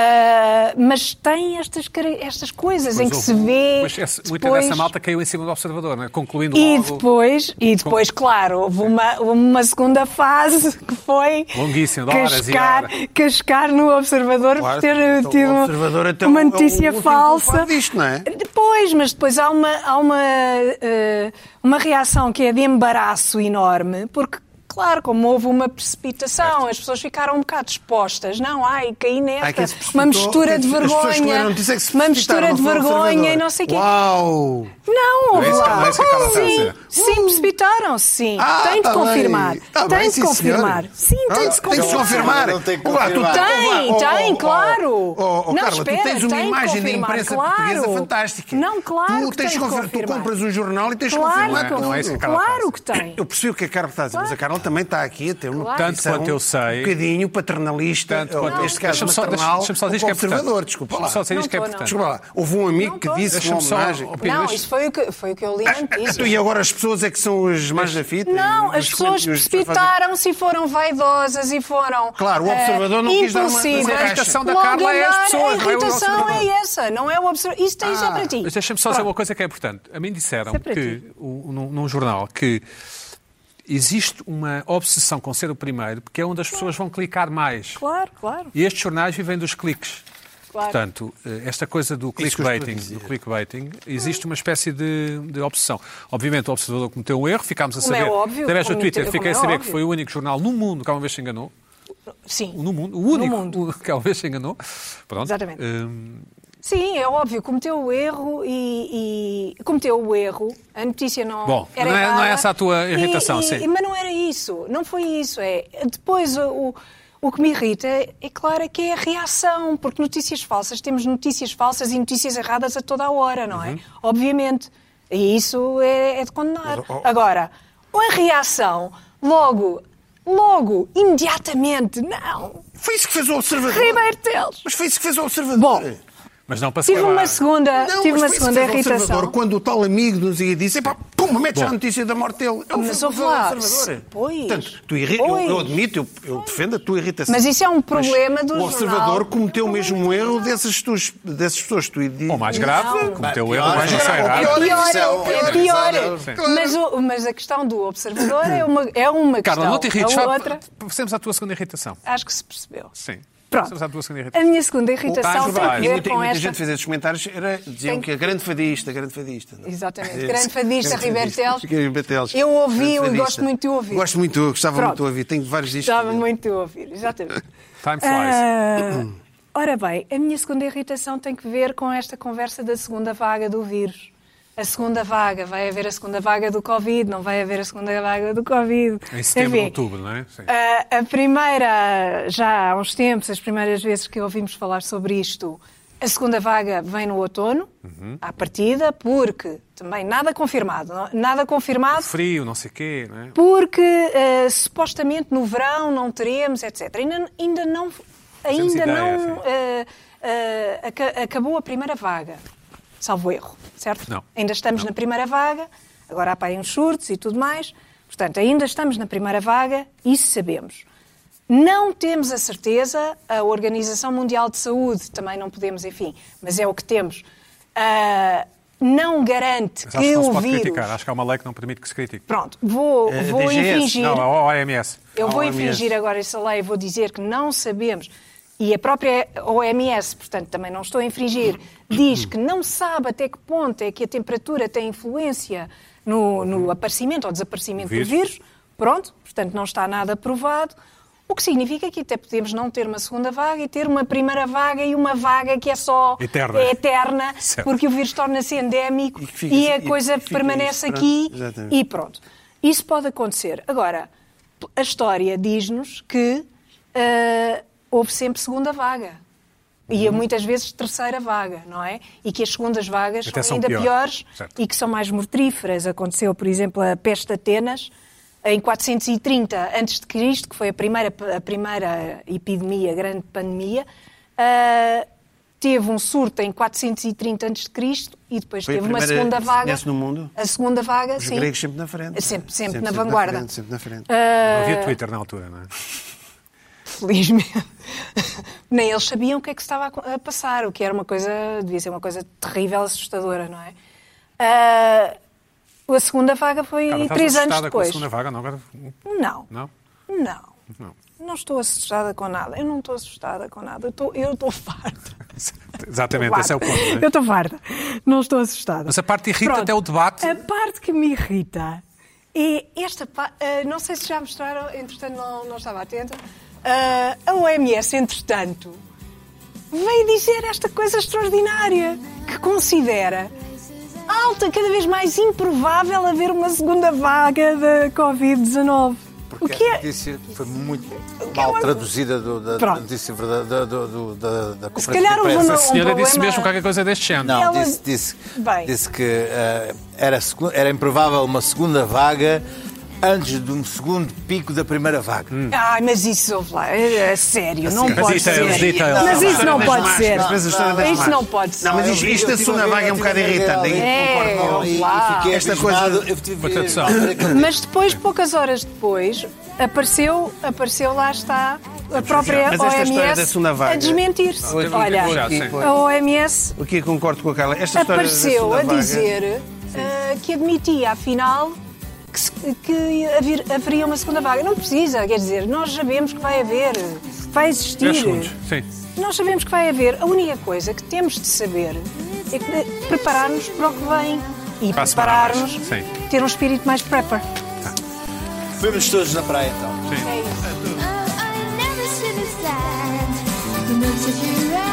[SPEAKER 3] Ah, mas tem estas, cara- estas coisas em que
[SPEAKER 1] Mas
[SPEAKER 3] se
[SPEAKER 1] houve- um-
[SPEAKER 3] vê.
[SPEAKER 1] Mas esse- muita
[SPEAKER 3] depois-
[SPEAKER 1] dessa malta caiu em cima do observador, não é? concluindo
[SPEAKER 3] e
[SPEAKER 1] logo.
[SPEAKER 3] depois, e depois, claro, houve uma, houve uma segunda fase que foi
[SPEAKER 1] Longuíssima, de horas e
[SPEAKER 3] cascar,
[SPEAKER 1] horas.
[SPEAKER 3] cascar no observador
[SPEAKER 2] Claro,
[SPEAKER 3] por ter
[SPEAKER 2] então, o
[SPEAKER 3] tido
[SPEAKER 2] Observador até
[SPEAKER 3] uma
[SPEAKER 2] o- é o
[SPEAKER 3] notícia
[SPEAKER 2] último
[SPEAKER 3] falsa.
[SPEAKER 2] culpado disto, não é?
[SPEAKER 3] Depois, mas depois há uma, há uma, eh, uma reação que é de embaraço enorme, porque, claro, como houve uma precipitação, as pessoas ficaram um bocado expostas. Não, ai, caí nesta.
[SPEAKER 2] quem é se precipitou,
[SPEAKER 3] uma mistura de
[SPEAKER 2] as pessoas que
[SPEAKER 3] vergonha.
[SPEAKER 2] leram a notícia é que se
[SPEAKER 3] Uma mistura
[SPEAKER 2] precipitaram,
[SPEAKER 3] de
[SPEAKER 2] não foi o
[SPEAKER 3] vergonha
[SPEAKER 2] Observador.
[SPEAKER 3] e não sei o quê.
[SPEAKER 2] Uau!
[SPEAKER 3] Não,
[SPEAKER 1] Não é
[SPEAKER 3] houve
[SPEAKER 1] isso que-
[SPEAKER 3] lá.
[SPEAKER 1] não é isso que ela está a
[SPEAKER 3] sim,
[SPEAKER 1] dizer.
[SPEAKER 3] sim, precipitaram-se, sim.
[SPEAKER 2] Ah,
[SPEAKER 3] tem de
[SPEAKER 2] tá bem.
[SPEAKER 3] confirmar.
[SPEAKER 2] Tá
[SPEAKER 3] tem
[SPEAKER 2] bem,
[SPEAKER 3] de
[SPEAKER 2] sim,
[SPEAKER 3] confirmar.
[SPEAKER 2] senhora.
[SPEAKER 3] Sim, tem de se
[SPEAKER 2] Ah, tem de se
[SPEAKER 3] confirmar.
[SPEAKER 2] confirmar.
[SPEAKER 5] Não tem que
[SPEAKER 2] Olá, tu-
[SPEAKER 5] confirmar.
[SPEAKER 3] Tem,
[SPEAKER 2] Olá, oh,
[SPEAKER 3] tem,
[SPEAKER 2] oh,
[SPEAKER 3] claro.
[SPEAKER 2] oh, oh, oh,
[SPEAKER 3] não,
[SPEAKER 2] Carla,
[SPEAKER 3] espera,
[SPEAKER 2] tu tens uma
[SPEAKER 3] tem de
[SPEAKER 2] imagem da
[SPEAKER 3] confirmar,
[SPEAKER 2] imprensa
[SPEAKER 3] claro.
[SPEAKER 2] portuguesa fantástica.
[SPEAKER 3] Não, claro
[SPEAKER 2] tu tens
[SPEAKER 3] que tem de
[SPEAKER 2] confer- Tu
[SPEAKER 3] confirmar.
[SPEAKER 2] compras um jornal e tens de
[SPEAKER 3] Claro,
[SPEAKER 2] confirmar
[SPEAKER 3] que,
[SPEAKER 1] não é isso que
[SPEAKER 2] tudo.
[SPEAKER 1] ela está a
[SPEAKER 3] claro
[SPEAKER 1] dizer.
[SPEAKER 3] que tem.
[SPEAKER 2] Eu percebo o que a Carla está a dizer, mas a Carla também está aqui a ter uma
[SPEAKER 3] Claro.
[SPEAKER 1] Tanto
[SPEAKER 2] posição
[SPEAKER 1] quanto eu sei-
[SPEAKER 2] um bocadinho paternalista,
[SPEAKER 1] Tanto
[SPEAKER 2] ou,
[SPEAKER 1] quanto-
[SPEAKER 2] neste caso
[SPEAKER 1] Deixa-me só-
[SPEAKER 2] maternal,
[SPEAKER 1] deixa-me só dizer
[SPEAKER 2] ou
[SPEAKER 1] que é importante.
[SPEAKER 2] conservador, desculpa lá.
[SPEAKER 1] Deixa-me só dizer
[SPEAKER 3] Não
[SPEAKER 1] isto que é
[SPEAKER 3] tô, não.
[SPEAKER 1] importante.
[SPEAKER 2] Desculpa lá, houve um amigo
[SPEAKER 3] Não
[SPEAKER 2] que
[SPEAKER 3] tô.
[SPEAKER 2] disse uma
[SPEAKER 1] Deixa-me só
[SPEAKER 2] homenagem.
[SPEAKER 1] opinar.
[SPEAKER 3] Não,
[SPEAKER 1] Pedro,
[SPEAKER 3] isso foi o que, foi o que eu
[SPEAKER 1] Ah,
[SPEAKER 3] li na notícia.
[SPEAKER 2] Então, e agora as pessoas é que são os mais da fita?
[SPEAKER 3] Não,
[SPEAKER 2] E os
[SPEAKER 3] as pessoas
[SPEAKER 2] que- e os que
[SPEAKER 3] precipitaram-se e foram vaidosas e foram.
[SPEAKER 2] Claro, o
[SPEAKER 3] eh,
[SPEAKER 2] observador não quis dar uma- uma
[SPEAKER 3] impulsivas.
[SPEAKER 1] caixa. A irritação da
[SPEAKER 3] Logo
[SPEAKER 1] Carla é as
[SPEAKER 3] andar,
[SPEAKER 1] pessoas,
[SPEAKER 3] A
[SPEAKER 1] não é o
[SPEAKER 3] irritação é,
[SPEAKER 1] observador. Ah,
[SPEAKER 3] essa, não é o observador. Isso tem só para ti.
[SPEAKER 1] Mas deixa-me só dizer uma coisa que é importante. A mim disseram
[SPEAKER 3] Sempre
[SPEAKER 1] que,
[SPEAKER 3] aqui.
[SPEAKER 1] o- num, num jornal que existe uma obsessão com ser o primeiro, porque é onde as pessoas vão clicar mais.
[SPEAKER 3] Claro, claro.
[SPEAKER 1] E estes jornais vivem dos cliques.
[SPEAKER 3] Claro.
[SPEAKER 1] Portanto, eh, esta coisa do
[SPEAKER 2] Isso que eu estou a
[SPEAKER 1] clickbaiting,
[SPEAKER 2] dizer.
[SPEAKER 1] do clickbaiting existe uma espécie de, de obsessão. Obviamente, o observador cometeu um erro, ficámos a
[SPEAKER 3] Como é
[SPEAKER 1] saber.
[SPEAKER 3] óbvio,
[SPEAKER 1] através do
[SPEAKER 3] como-
[SPEAKER 1] Twitter,
[SPEAKER 3] como
[SPEAKER 1] fiquei
[SPEAKER 3] é
[SPEAKER 1] a saber que
[SPEAKER 3] óbvio.
[SPEAKER 1] foi o único jornal no mundo que alguma vez se enganou.
[SPEAKER 3] Sim.
[SPEAKER 1] No mundo, o único
[SPEAKER 3] mundo.
[SPEAKER 1] que alguma vez se enganou. Pronto.
[SPEAKER 3] Exatamente.
[SPEAKER 1] Hum,
[SPEAKER 3] Sim, é óbvio, cometeu o erro e, e- cometeu o erro. A notícia não
[SPEAKER 1] Bom,
[SPEAKER 3] era
[SPEAKER 1] não é- não é
[SPEAKER 3] errada.
[SPEAKER 1] essa a tua irritação,
[SPEAKER 3] E- e-
[SPEAKER 1] sim.
[SPEAKER 3] Mas não era isso, não foi isso. É depois o, O que me irrita, é claro, é que é a reação, porque notícias falsas, temos notícias falsas e notícias erradas a toda a hora, não
[SPEAKER 1] Uhum.
[SPEAKER 3] é? Obviamente. E isso é, é de condenar. Agora, a reação, logo, logo, imediatamente, não.
[SPEAKER 2] Foi isso que fez o observador.
[SPEAKER 3] Ribeiro Teles.
[SPEAKER 2] Mas foi isso que fez o observador.
[SPEAKER 3] Bom,
[SPEAKER 1] Mas não para se
[SPEAKER 3] tive
[SPEAKER 1] calar.
[SPEAKER 3] uma segunda,
[SPEAKER 2] Não,
[SPEAKER 3] tive
[SPEAKER 2] mas
[SPEAKER 3] uma
[SPEAKER 2] foi isso
[SPEAKER 3] segunda
[SPEAKER 2] que fez o
[SPEAKER 3] irritação.
[SPEAKER 2] Observador, Quando o tal amigo nos ia dizer, pá, pum, metes já a notícia da morte dele. É o
[SPEAKER 3] Mas
[SPEAKER 2] fez o
[SPEAKER 3] ouve lá,
[SPEAKER 2] Observador.
[SPEAKER 3] pois,
[SPEAKER 2] Portanto, tu irri... eu, eu
[SPEAKER 3] pois.
[SPEAKER 2] admito, eu, eu defendo a tua irritação.
[SPEAKER 3] Mas isso é um problema do
[SPEAKER 2] O
[SPEAKER 3] jornal. É um
[SPEAKER 2] observador cometeu o mesmo erro dessas, tuas, dessas pessoas que tu
[SPEAKER 1] Ou mais grave, cometeu erro, mas não sei
[SPEAKER 3] É
[SPEAKER 1] errado.
[SPEAKER 3] pior,
[SPEAKER 2] Isso é-
[SPEAKER 3] é pior.
[SPEAKER 2] Sim.
[SPEAKER 3] Mas, o- mas a questão do observador é uma, é uma
[SPEAKER 1] Carla,
[SPEAKER 3] questão.
[SPEAKER 1] não te irrites.
[SPEAKER 3] a
[SPEAKER 1] vá,
[SPEAKER 3] outra,
[SPEAKER 1] Passemos à tua segunda irritação.
[SPEAKER 3] acho que se percebeu.
[SPEAKER 1] Sim.
[SPEAKER 3] Pronto.
[SPEAKER 1] Passemos à tua segunda
[SPEAKER 3] A
[SPEAKER 1] irritação.
[SPEAKER 3] minha segunda
[SPEAKER 1] Ah,
[SPEAKER 3] irritação tem
[SPEAKER 1] verdade.
[SPEAKER 3] a
[SPEAKER 2] E
[SPEAKER 3] ver
[SPEAKER 2] muita, e
[SPEAKER 3] com
[SPEAKER 2] muita
[SPEAKER 3] esta.
[SPEAKER 2] gente fez esses comentários, era, diziam
[SPEAKER 3] Tem-
[SPEAKER 2] que é grande fadista, grande fadista. não é?
[SPEAKER 3] Exatamente.
[SPEAKER 2] Esse-
[SPEAKER 3] Grande fadista, Ribeiro Teles.
[SPEAKER 2] *laughs* Ribeiro Teles.
[SPEAKER 3] Eu ouvi-o
[SPEAKER 2] Grande
[SPEAKER 3] e gosto
[SPEAKER 2] fadista.
[SPEAKER 3] muito de o ouvir.
[SPEAKER 2] Gosto muito, eu gostava muito
[SPEAKER 3] Pronto.
[SPEAKER 2] de o ouvir. Tenho vários discos.
[SPEAKER 3] Gostava
[SPEAKER 2] dele.
[SPEAKER 3] muito de ouvir, exatamente.
[SPEAKER 1] Time flies.
[SPEAKER 3] Hum, Ah, ora bem, a minha segunda irritação tem que ver com esta conversa da segunda vaga do vírus. A segunda vaga, vai haver a segunda vaga do Covid, não vai haver a segunda vaga do Covid.
[SPEAKER 1] Em setembro,
[SPEAKER 3] Enfim, ah,
[SPEAKER 1] outubro, não é? Sim.
[SPEAKER 3] a, a primeira, já há uns tempos, as primeiras vezes que ouvimos falar sobre isto, a segunda vaga vem no outono,
[SPEAKER 1] Uhum.
[SPEAKER 3] à partida, porque também nada confirmado, não- é? nada confirmado,
[SPEAKER 1] Frio, não sei o quê, não é?
[SPEAKER 3] porque eh, supostamente no verão não teremos, etc. Ainda, ainda não, ainda
[SPEAKER 1] ideia,
[SPEAKER 3] não
[SPEAKER 1] sim.
[SPEAKER 3] eh, eh, aca- acabou a primeira vaga, salvo erro, certo?
[SPEAKER 1] Não.
[SPEAKER 3] Ainda estamos na primeira vaga, agora há para aí uns surtos e tudo mais. Portanto, ainda estamos na primeira vaga, isso sabemos. Não temos a certeza, a Organização Mundial de Saúde também não podemos, enfim, mas é o que temos. Ah, não garante
[SPEAKER 1] Mas acho que
[SPEAKER 3] que
[SPEAKER 1] não se
[SPEAKER 3] o
[SPEAKER 1] pode
[SPEAKER 3] vírus.
[SPEAKER 1] criticar. Acho que há uma lei que não permite que se critique.
[SPEAKER 3] Pronto, vou,
[SPEAKER 2] Eh,
[SPEAKER 3] vou
[SPEAKER 2] DGS,
[SPEAKER 3] infringir.
[SPEAKER 1] Não, é a OMS.
[SPEAKER 3] Eu vou
[SPEAKER 2] A OMS.
[SPEAKER 3] infringir agora essa lei, vou dizer que não sabemos. E a própria OMS, portanto, também não estou a infringir, diz que não sabe até que ponto é que a temperatura tem influência no, no aparecimento ou desaparecimento
[SPEAKER 1] Uhum. Vírus.
[SPEAKER 3] do vírus. Pronto, portanto, não está nada provado. O que significa que até podemos não ter uma segunda vaga e ter uma primeira vaga e uma vaga que é só
[SPEAKER 1] Eterna.
[SPEAKER 3] é eterna
[SPEAKER 1] *laughs* Certo.
[SPEAKER 3] porque o vírus torna-se endémico
[SPEAKER 2] E
[SPEAKER 3] e,
[SPEAKER 2] que fica-
[SPEAKER 3] a
[SPEAKER 2] e que
[SPEAKER 3] coisa
[SPEAKER 2] fica isso,
[SPEAKER 3] permanece
[SPEAKER 2] pronto.
[SPEAKER 3] aqui
[SPEAKER 2] Exatamente.
[SPEAKER 3] e pronto. Isso pode acontecer. Agora, a história diz-nos que ah, houve sempre segunda vaga. E há muitas vezes terceira vaga, não é? E que as segundas vagas
[SPEAKER 1] Até são
[SPEAKER 3] são, ainda
[SPEAKER 1] piores.
[SPEAKER 3] piores
[SPEAKER 1] Certo.
[SPEAKER 3] e que são mais mortíferas. Aconteceu, por exemplo, a peste de Atenas em 430 a.C., que foi a primeira, a primeira epidemia, a grande pandemia. ah, teve um surto em 430 a.C. e depois
[SPEAKER 2] Foi a
[SPEAKER 3] teve uma
[SPEAKER 2] primeira
[SPEAKER 3] segunda
[SPEAKER 2] que se
[SPEAKER 3] vaga.
[SPEAKER 2] conhece no mundo?
[SPEAKER 3] A segunda vaga,
[SPEAKER 2] Os
[SPEAKER 3] sim.
[SPEAKER 2] gregos sempre na frente.
[SPEAKER 3] Sempre, sempre, na vanguarda. Ah,
[SPEAKER 2] frente, sempre na frente.
[SPEAKER 1] Não havia Twitter na altura, não é?
[SPEAKER 3] felizmente. *laughs* Nem eles sabiam o que é que se estava a co- a passar, o que era uma coisa, devia ser uma coisa terrível, assustadora, não é? Ah, a segunda vaga foi
[SPEAKER 1] Carla, estás
[SPEAKER 3] três anos
[SPEAKER 1] assustada com a
[SPEAKER 3] depois.
[SPEAKER 1] segunda vaga, não? Agora,
[SPEAKER 3] Não.
[SPEAKER 1] não? *laughs*
[SPEAKER 3] Não.
[SPEAKER 1] Não.
[SPEAKER 3] Não estou assustada com nada. Eu não estou assustada com nada. Eu estou, eu estou *laughs* farta.
[SPEAKER 1] Exatamente, esse é o ponto. não é?
[SPEAKER 3] Eu estou farta. Não estou assustada.
[SPEAKER 1] Mas a parte que irrita
[SPEAKER 3] Pronto.
[SPEAKER 1] até o debate.
[SPEAKER 3] A parte que me irrita é esta parte. não sei se já mostraram, entretanto não, não estava atenta. Ah, a OMS, entretanto, veio dizer esta coisa extraordinária que considera alta, cada vez mais improvável haver uma segunda vaga da Covid-19. O que
[SPEAKER 4] a
[SPEAKER 3] é?
[SPEAKER 4] notícia foi muito
[SPEAKER 3] que é
[SPEAKER 4] mal
[SPEAKER 3] uma-
[SPEAKER 4] traduzida do- da, da
[SPEAKER 3] Pronto.
[SPEAKER 4] notícia verdade- da, do- do- da, da
[SPEAKER 3] Se
[SPEAKER 4] conferência
[SPEAKER 3] calhar
[SPEAKER 4] de
[SPEAKER 3] houve
[SPEAKER 4] imprensa.
[SPEAKER 3] uma-
[SPEAKER 1] A senhora
[SPEAKER 3] um
[SPEAKER 1] disse
[SPEAKER 3] problema-
[SPEAKER 1] mesmo qualquer coisa deste género.
[SPEAKER 4] Não,
[SPEAKER 3] Ela-
[SPEAKER 4] disse, disse,
[SPEAKER 3] Bem.
[SPEAKER 4] disse que eh, era, segu- era improvável uma segunda vaga antes de um segundo pico da primeira vaga.
[SPEAKER 3] Ai, mas isso, ouve lá, é, é sério, não
[SPEAKER 1] Mas
[SPEAKER 3] pode
[SPEAKER 1] isso é os
[SPEAKER 3] ser.
[SPEAKER 1] details.
[SPEAKER 3] Mas isso não
[SPEAKER 2] Das
[SPEAKER 3] pode
[SPEAKER 2] máscaras,
[SPEAKER 3] ser.
[SPEAKER 2] mas a história das
[SPEAKER 3] Isso não
[SPEAKER 2] máscaras.
[SPEAKER 3] pode ser.
[SPEAKER 2] Não, mas isto,
[SPEAKER 4] Ah, Eu
[SPEAKER 2] isto da
[SPEAKER 4] tive
[SPEAKER 2] segunda
[SPEAKER 4] a ver-
[SPEAKER 2] vaga é
[SPEAKER 4] eu
[SPEAKER 2] um
[SPEAKER 4] tive a
[SPEAKER 2] bocado
[SPEAKER 4] ver
[SPEAKER 2] irritante.
[SPEAKER 4] ali.
[SPEAKER 2] aí
[SPEAKER 3] É,
[SPEAKER 2] concordo com ela.
[SPEAKER 3] ouve
[SPEAKER 4] E, e
[SPEAKER 3] lá.
[SPEAKER 4] fiquei
[SPEAKER 2] Esta
[SPEAKER 4] abismado.
[SPEAKER 2] coisa-
[SPEAKER 4] Eu tive
[SPEAKER 1] Mas atenção.
[SPEAKER 3] Mas depois, poucas horas depois, apareceu, apareceu lá está a própria
[SPEAKER 2] Mas esta história da
[SPEAKER 3] OMS
[SPEAKER 2] segunda vaga-
[SPEAKER 3] a desmentir-se.
[SPEAKER 1] Pois,
[SPEAKER 3] Olha,
[SPEAKER 1] pois, um já, sim.
[SPEAKER 3] a OMS
[SPEAKER 2] O que eu concordo com a Carla? Esta história da
[SPEAKER 3] apareceu
[SPEAKER 2] segunda
[SPEAKER 3] a
[SPEAKER 2] vaga-
[SPEAKER 3] dizer ah, que admitia, afinal, que, se- que haver- haveria uma segunda vaga. Não precisa, quer dizer, nós sabemos que vai haver, vai existir.
[SPEAKER 1] 10 segundos. Sim.
[SPEAKER 3] Nós sabemos que vai haver. A única coisa que temos de saber é que preparar-nos para o que vem. E
[SPEAKER 1] Para a semana a mais,
[SPEAKER 3] preparar-nos,
[SPEAKER 1] sim.
[SPEAKER 3] ter um espírito mais prepper.
[SPEAKER 4] Vemos todos na praia então.
[SPEAKER 6] Oh, I never should have said. Looked at you